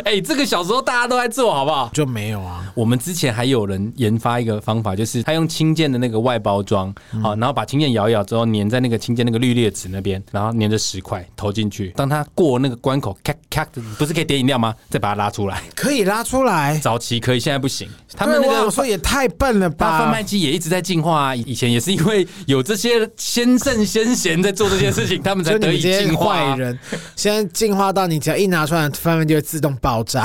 Speaker 4: 哎、这个小时候大家都在做，好不好？
Speaker 5: 就没有啊？
Speaker 4: 我们之前还有人研发一个方法，就是他用青箭的那个外包装，
Speaker 5: 嗯
Speaker 4: 好、然后把青箭摇一摇之后，粘在那个青箭那个绿列子那边，然后粘着十块投进去。当他过那个关口，咔咔，不是可以点饮料吗？再把它拉出来。 <laughs>
Speaker 5: 可以拉出来，
Speaker 4: 早期可以，现在不行。他们那
Speaker 5: 对我
Speaker 4: 个
Speaker 5: 想说也太笨了
Speaker 4: 那贩
Speaker 5: 吧
Speaker 4: 卖？机也一直在进化啊，以前也是因为有这些先圣先贤在做这件事情，他们才
Speaker 5: 就你
Speaker 4: 得
Speaker 5: 们
Speaker 4: 以
Speaker 5: 这些
Speaker 4: 进化啊、
Speaker 5: 坏人，现在进化到你只要一拿出来，贩卖机会自动爆 <laughs> 炸，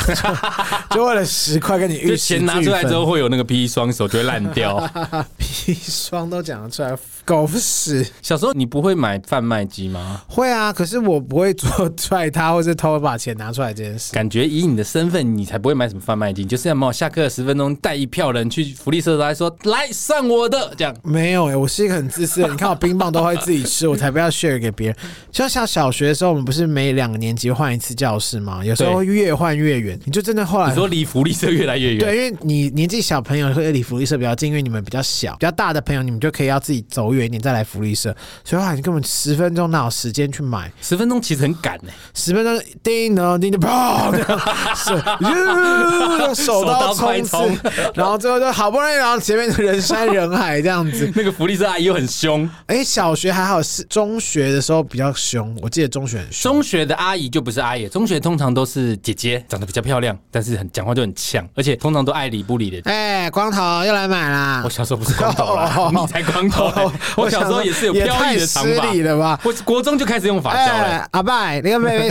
Speaker 5: 就就为了十块跟你
Speaker 4: 就
Speaker 5: 玉石
Speaker 4: 钱拿出来之后
Speaker 5: 俱
Speaker 4: 会有那个 P 双手就会烂掉。
Speaker 5: <laughs> 焚，砒霜都讲得出来，狗屎！
Speaker 4: 小时候你不会买贩卖机吗？
Speaker 5: 会啊，可是我不会做 <laughs> 踹他，或是偷把钱拿出来这件事。
Speaker 4: 感觉以你的身份，你才不会买什么贩卖机，你就是要冒下课十分钟带一票人去福利社来说，来上我的这样。
Speaker 5: 没有哎、我是一个很自私的
Speaker 4: <laughs>
Speaker 5: 人。你看我冰棒都会自己吃，我才不要 share 给别人。就像小学的时候，我们不是每两个年级换一次教室吗？有时候
Speaker 4: 对
Speaker 5: 会越换越远，你就真的后来
Speaker 4: 你说离福利社越来越远，
Speaker 5: 对，因为你年纪小朋友会离福利社比较近，因为你们比较小，比较大的朋友你们就可以要自己走远一点再来福利社，所以后来你根本十分钟哪有时间去买？
Speaker 4: 十分钟其实很赶呢、
Speaker 5: 十分钟叮咚叮咚砰，这
Speaker 4: <laughs>
Speaker 5: 样手手刀冲
Speaker 4: 手刀
Speaker 5: 刺，然后最后就好不容易，然后前面的人山人海这样子。
Speaker 4: 那个福利社阿姨又很凶，
Speaker 5: 哎，小学还好，是中学的时候比较凶，我记得中学很凶。
Speaker 4: 中学的阿姨就不是阿姨，中学通常都是姐姐，长得比较漂亮，但是很讲话就很呛，而且通常都爱理不理的。
Speaker 5: 哎，关光头又来买啦
Speaker 4: 我。小时候不是光头啦
Speaker 5: 哦，
Speaker 4: 你才光头嘞。 <laughs> 哦我小时候也是有
Speaker 5: 也
Speaker 4: 飘
Speaker 5: 太
Speaker 4: 逸的长
Speaker 5: 失
Speaker 4: 发
Speaker 5: 礼，了吧？哎
Speaker 4: 我国中就开始用发胶了。，
Speaker 5: 阿拜，你个妹妹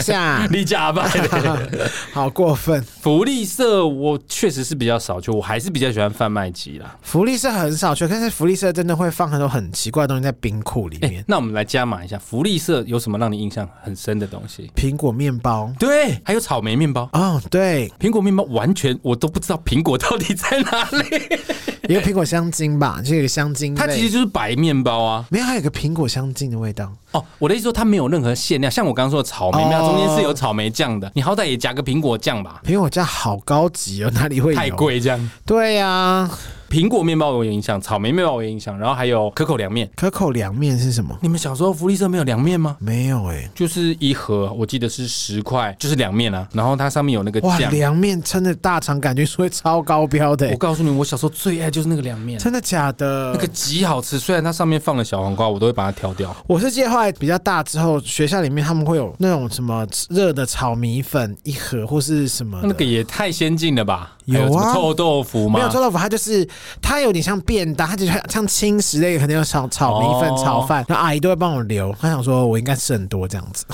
Speaker 4: <laughs>
Speaker 5: 想
Speaker 4: 立假拜 <laughs> 的
Speaker 5: 好过分！
Speaker 4: 福利社，我确实是比较少去，我还是比较喜欢贩卖机啦。
Speaker 5: 福利社很少去，但是福利社真的会放很多很奇怪的东西在冰库里
Speaker 4: 哎、
Speaker 5: 面，
Speaker 4: 那我们来加码一下，福利社有什么让你印象很深的东西？
Speaker 5: 苹果面包。
Speaker 4: 对，还有草莓面包。
Speaker 5: 哦，对，
Speaker 4: 苹果面包完全我都不知道苹果到底在哪里，
Speaker 5: 一个苹果香精吧，就有一个香精
Speaker 4: <laughs>
Speaker 5: 类。
Speaker 4: 它其实就是白面包啊。
Speaker 5: 没有，还有一个苹果香精的味道。
Speaker 4: 哦，我的意思说它没有任何馅料，像我刚刚说的草莓面包
Speaker 5: 哦
Speaker 4: 中间是有草莓酱的，你好歹也加个苹果酱吧，
Speaker 5: 苹果酱好高级哦，哪里会有
Speaker 4: 太？贵这样。
Speaker 5: 对啊呀、
Speaker 4: 苹果面包我有印象，草莓面包我有印象，然后还有可口凉面。
Speaker 5: 可口凉面是什么？
Speaker 4: 你们小时候福利社没有凉面吗？
Speaker 5: 没有哎、
Speaker 4: 就是一盒，我记得是十块，就是凉面啊，然后它上面有那个
Speaker 5: 哇，
Speaker 4: 酱。
Speaker 5: 凉面真的大肠杆菌是会超高标的、
Speaker 4: 我
Speaker 5: 欸，
Speaker 4: 告诉你，我小时候最爱就是那个凉面，
Speaker 5: 真的假的？
Speaker 4: 那个极好吃。虽然它上面放了小黄瓜，我都会把它挑掉。
Speaker 5: 我是记得后来比较大之后，学校里面他们会有那种什么热的炒米粉一盒或是什么的
Speaker 4: 那个也太先进了吧？
Speaker 5: 有啊
Speaker 4: 还什么臭豆腐吗？
Speaker 5: 没有臭豆腐，它就是它有点像便当，它就是像轻食类，可能有炒炒米粉、
Speaker 4: 哦
Speaker 5: 炒饭，然后阿姨都会帮我留。她想说我应该吃很多这样子，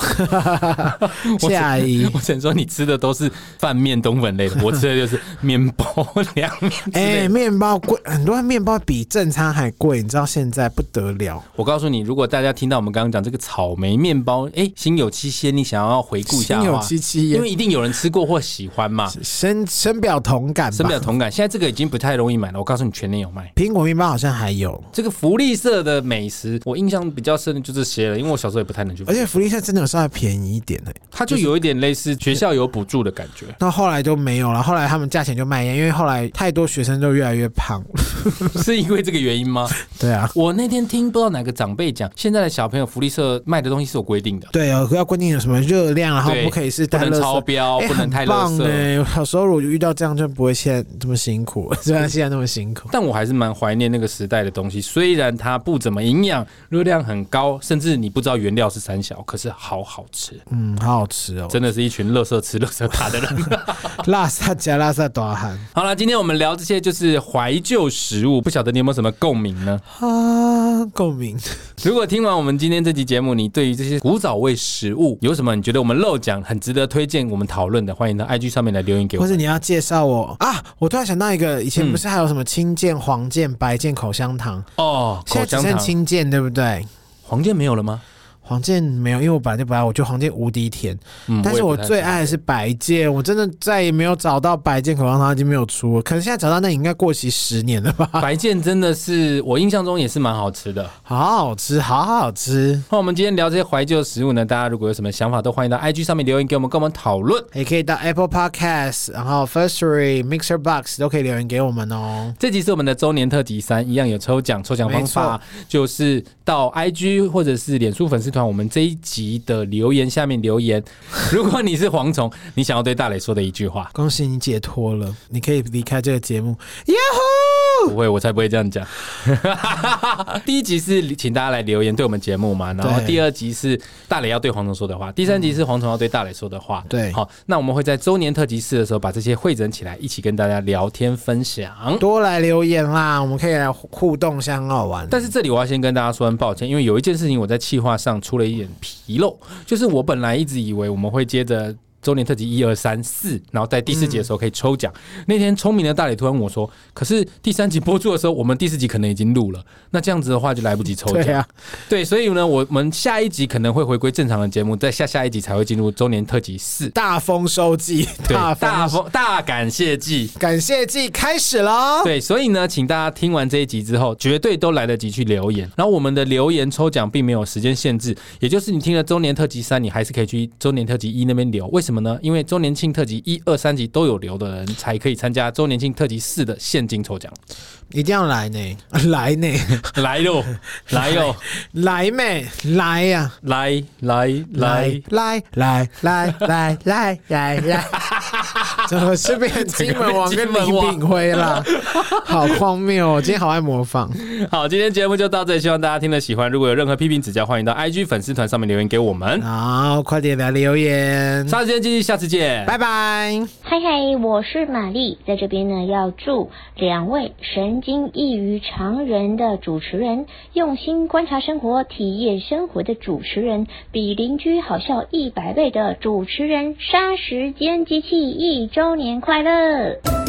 Speaker 5: 谢谢阿姨。
Speaker 4: <laughs> 我只能说你吃的都是饭面、冬粉
Speaker 5: <laughs>
Speaker 4: 类的，我吃的就是面包、凉面之类
Speaker 5: 哎，
Speaker 4: 的。
Speaker 5: 面包贵，很多面包比正餐还贵，你知道现在不得了。
Speaker 4: 我告诉你，如果大家听到我们刚刚讲这个草莓面包，哎，心有戚戚，你想要回顾一下的话
Speaker 5: 心有戚戚
Speaker 4: 因为一定有人吃过或喜欢嘛，
Speaker 5: 深深表同感吧，
Speaker 4: 深表同感。现在这个已经不太容易买了，我告诉你，全年有卖。
Speaker 5: 苹果面包好像还有，
Speaker 4: 这个福利社的美食，我印象比较深的就这些了，因为我小时候也不太能去。
Speaker 5: 而且福利社真的有稍微便宜一点的、
Speaker 4: 它就有一点类似学校有补助的感
Speaker 5: <laughs>
Speaker 4: 觉。
Speaker 5: 那后来就没有了，后来他们价钱就卖烟，因为后来太多学生都越来越胖。
Speaker 4: 是因为这个原因吗？
Speaker 5: <laughs> 对啊，
Speaker 4: 我那天听不知道哪个长辈讲，现在的小朋友福利社卖的东西是有规定的，
Speaker 5: 对哦，要规定有什么热量，然后
Speaker 4: 对
Speaker 5: 不可以是
Speaker 4: 不
Speaker 5: 太
Speaker 4: 能
Speaker 5: 垃圾
Speaker 4: 超标，
Speaker 5: 哎
Speaker 4: 不能太
Speaker 5: 很
Speaker 4: 垃
Speaker 5: 棒
Speaker 4: 圾。
Speaker 5: 呢。小时候我遇到这样就不会现在这么辛苦， <laughs> 虽然现在那么辛苦。
Speaker 4: 但我还是蛮怀念那个时代的东西，虽然它不怎么营养，热量很高，甚至你不知道原料是三小，可是好好吃，
Speaker 5: 嗯，好好吃哦，
Speaker 4: 真的是一群乐色吃乐色大的人。 <laughs>
Speaker 5: 拉萨加拉萨多汗
Speaker 4: 好了，今天我们聊这些就是怀旧食物，不晓得你有没有什么共鸣呢？
Speaker 5: 啊，共鸣。
Speaker 4: 如果听完我们今天这期节目，你对于这些古早味食物有什么你觉得我们漏讲，很值得推荐我们讨论的，欢迎到 IG 上面来留言给我
Speaker 5: 或者
Speaker 4: 们。
Speaker 5: 你要介绍我啊，我突然想到一个，以前
Speaker 4: 嗯
Speaker 5: 不是还有什么青剑、黄剑、白剑、口香糖，
Speaker 4: 哦，口
Speaker 5: 现在
Speaker 4: 香
Speaker 5: 只剩
Speaker 4: 糖、
Speaker 5: 青剑，对不对？
Speaker 4: 黄健没有了吗？
Speaker 5: 黄剑没有，因为我本来就不爱，我觉得黄剑无敌甜。
Speaker 4: 嗯
Speaker 5: 但是我最爱的是白剑，我真的再也没有找到白剑口香糖，已经没有出了。可能现在找到那应该过期十年了吧？ <laughs>
Speaker 4: 白健真的是我印象中也是蛮好吃的。
Speaker 5: 好好吃，好好吃，
Speaker 4: 那我们今天聊这些怀旧食物呢，大家如果有什么想法，都欢迎到 IG 上面留言给我们，跟我们讨论。
Speaker 5: 也可以到 Apple Podcast，然后 Firstory、Mixer Box 都可以留言给我们哦。
Speaker 4: 这集是我们的周年特辑三，一样有抽奖，抽奖方法就是到 IG 或者是脸书粉丝团，我们这一集的留言下面留言。如果你是蝗虫，你想要对大磊说的一句话，
Speaker 5: 恭喜你解脱了，你可以离开这个节目。Yahoo！
Speaker 4: 不会，我才不会这样讲。 <laughs> 第一集是请大家来留言对我们节目嘛，然后
Speaker 5: 对
Speaker 4: 第二集是大磊要对蝗虫说的话，第三集是蝗虫要对大磊说的话。
Speaker 5: 嗯对
Speaker 4: 好，那我们会在周年特辑四的时候把这些汇整起来，一起跟大家聊天分享。
Speaker 5: 多来留言啦，我们可以来互动一下，很好玩。
Speaker 4: 但是这里我要先跟大家说声抱歉，因为有一件事情我在企划上出了一点纰漏，就是我本来一直以为我们会接着周年特辑一二三四，然后在第四集的时候可以抽奖。那天聪明的大磊突然问我说：“可是第三集播出的时候，我们第四集可能已经录了，那这样子的话就来不及抽奖。
Speaker 5: <laughs> 对啊，
Speaker 4: 对，所以呢，我们下一集可能会回归正常的节目，在下下一集才会进入周年特辑四。
Speaker 5: 大丰收季，
Speaker 4: 对，
Speaker 5: 大
Speaker 4: 大
Speaker 5: 丰收
Speaker 4: 风大感谢季。
Speaker 5: 感谢季开始
Speaker 4: <laughs>
Speaker 5: 喽。
Speaker 4: 对，所以呢，请大家听完这一集之后，绝对都来得及去留言。然后我们的留言抽奖并没有时间限制，也就是你听了周年特辑三，你还是可以去周年特辑一那边留。为什么呢？因为周年庆特辑一二三集都有留的人，才可以参加周年庆特辑四的现金抽奖。
Speaker 5: 一定要来呢， <laughs> 来呢，
Speaker 4: 来 <laughs> 哟，来哟，
Speaker 5: 来妹，来啊呀、
Speaker 4: 来来来，
Speaker 5: 来来来来来来来来，怎么是变金门王跟林炳辉啦？好荒谬哦！今天好爱模仿。
Speaker 4: 好，今天节目就到这里，希望大家听了喜欢。如果有任何批评指教，欢迎到 IG 粉丝团上面留言给我们。
Speaker 5: 好，快点来留言，
Speaker 4: 下次见，继续，下次见，
Speaker 5: 拜拜。
Speaker 9: 嗨嗨，我是玛丽，在这边呢要祝两位神经异于常人的主持人，用心观察生活、体验生活的主持人，比邻居好笑一百倍的主持人，杀时间机器一周年快乐！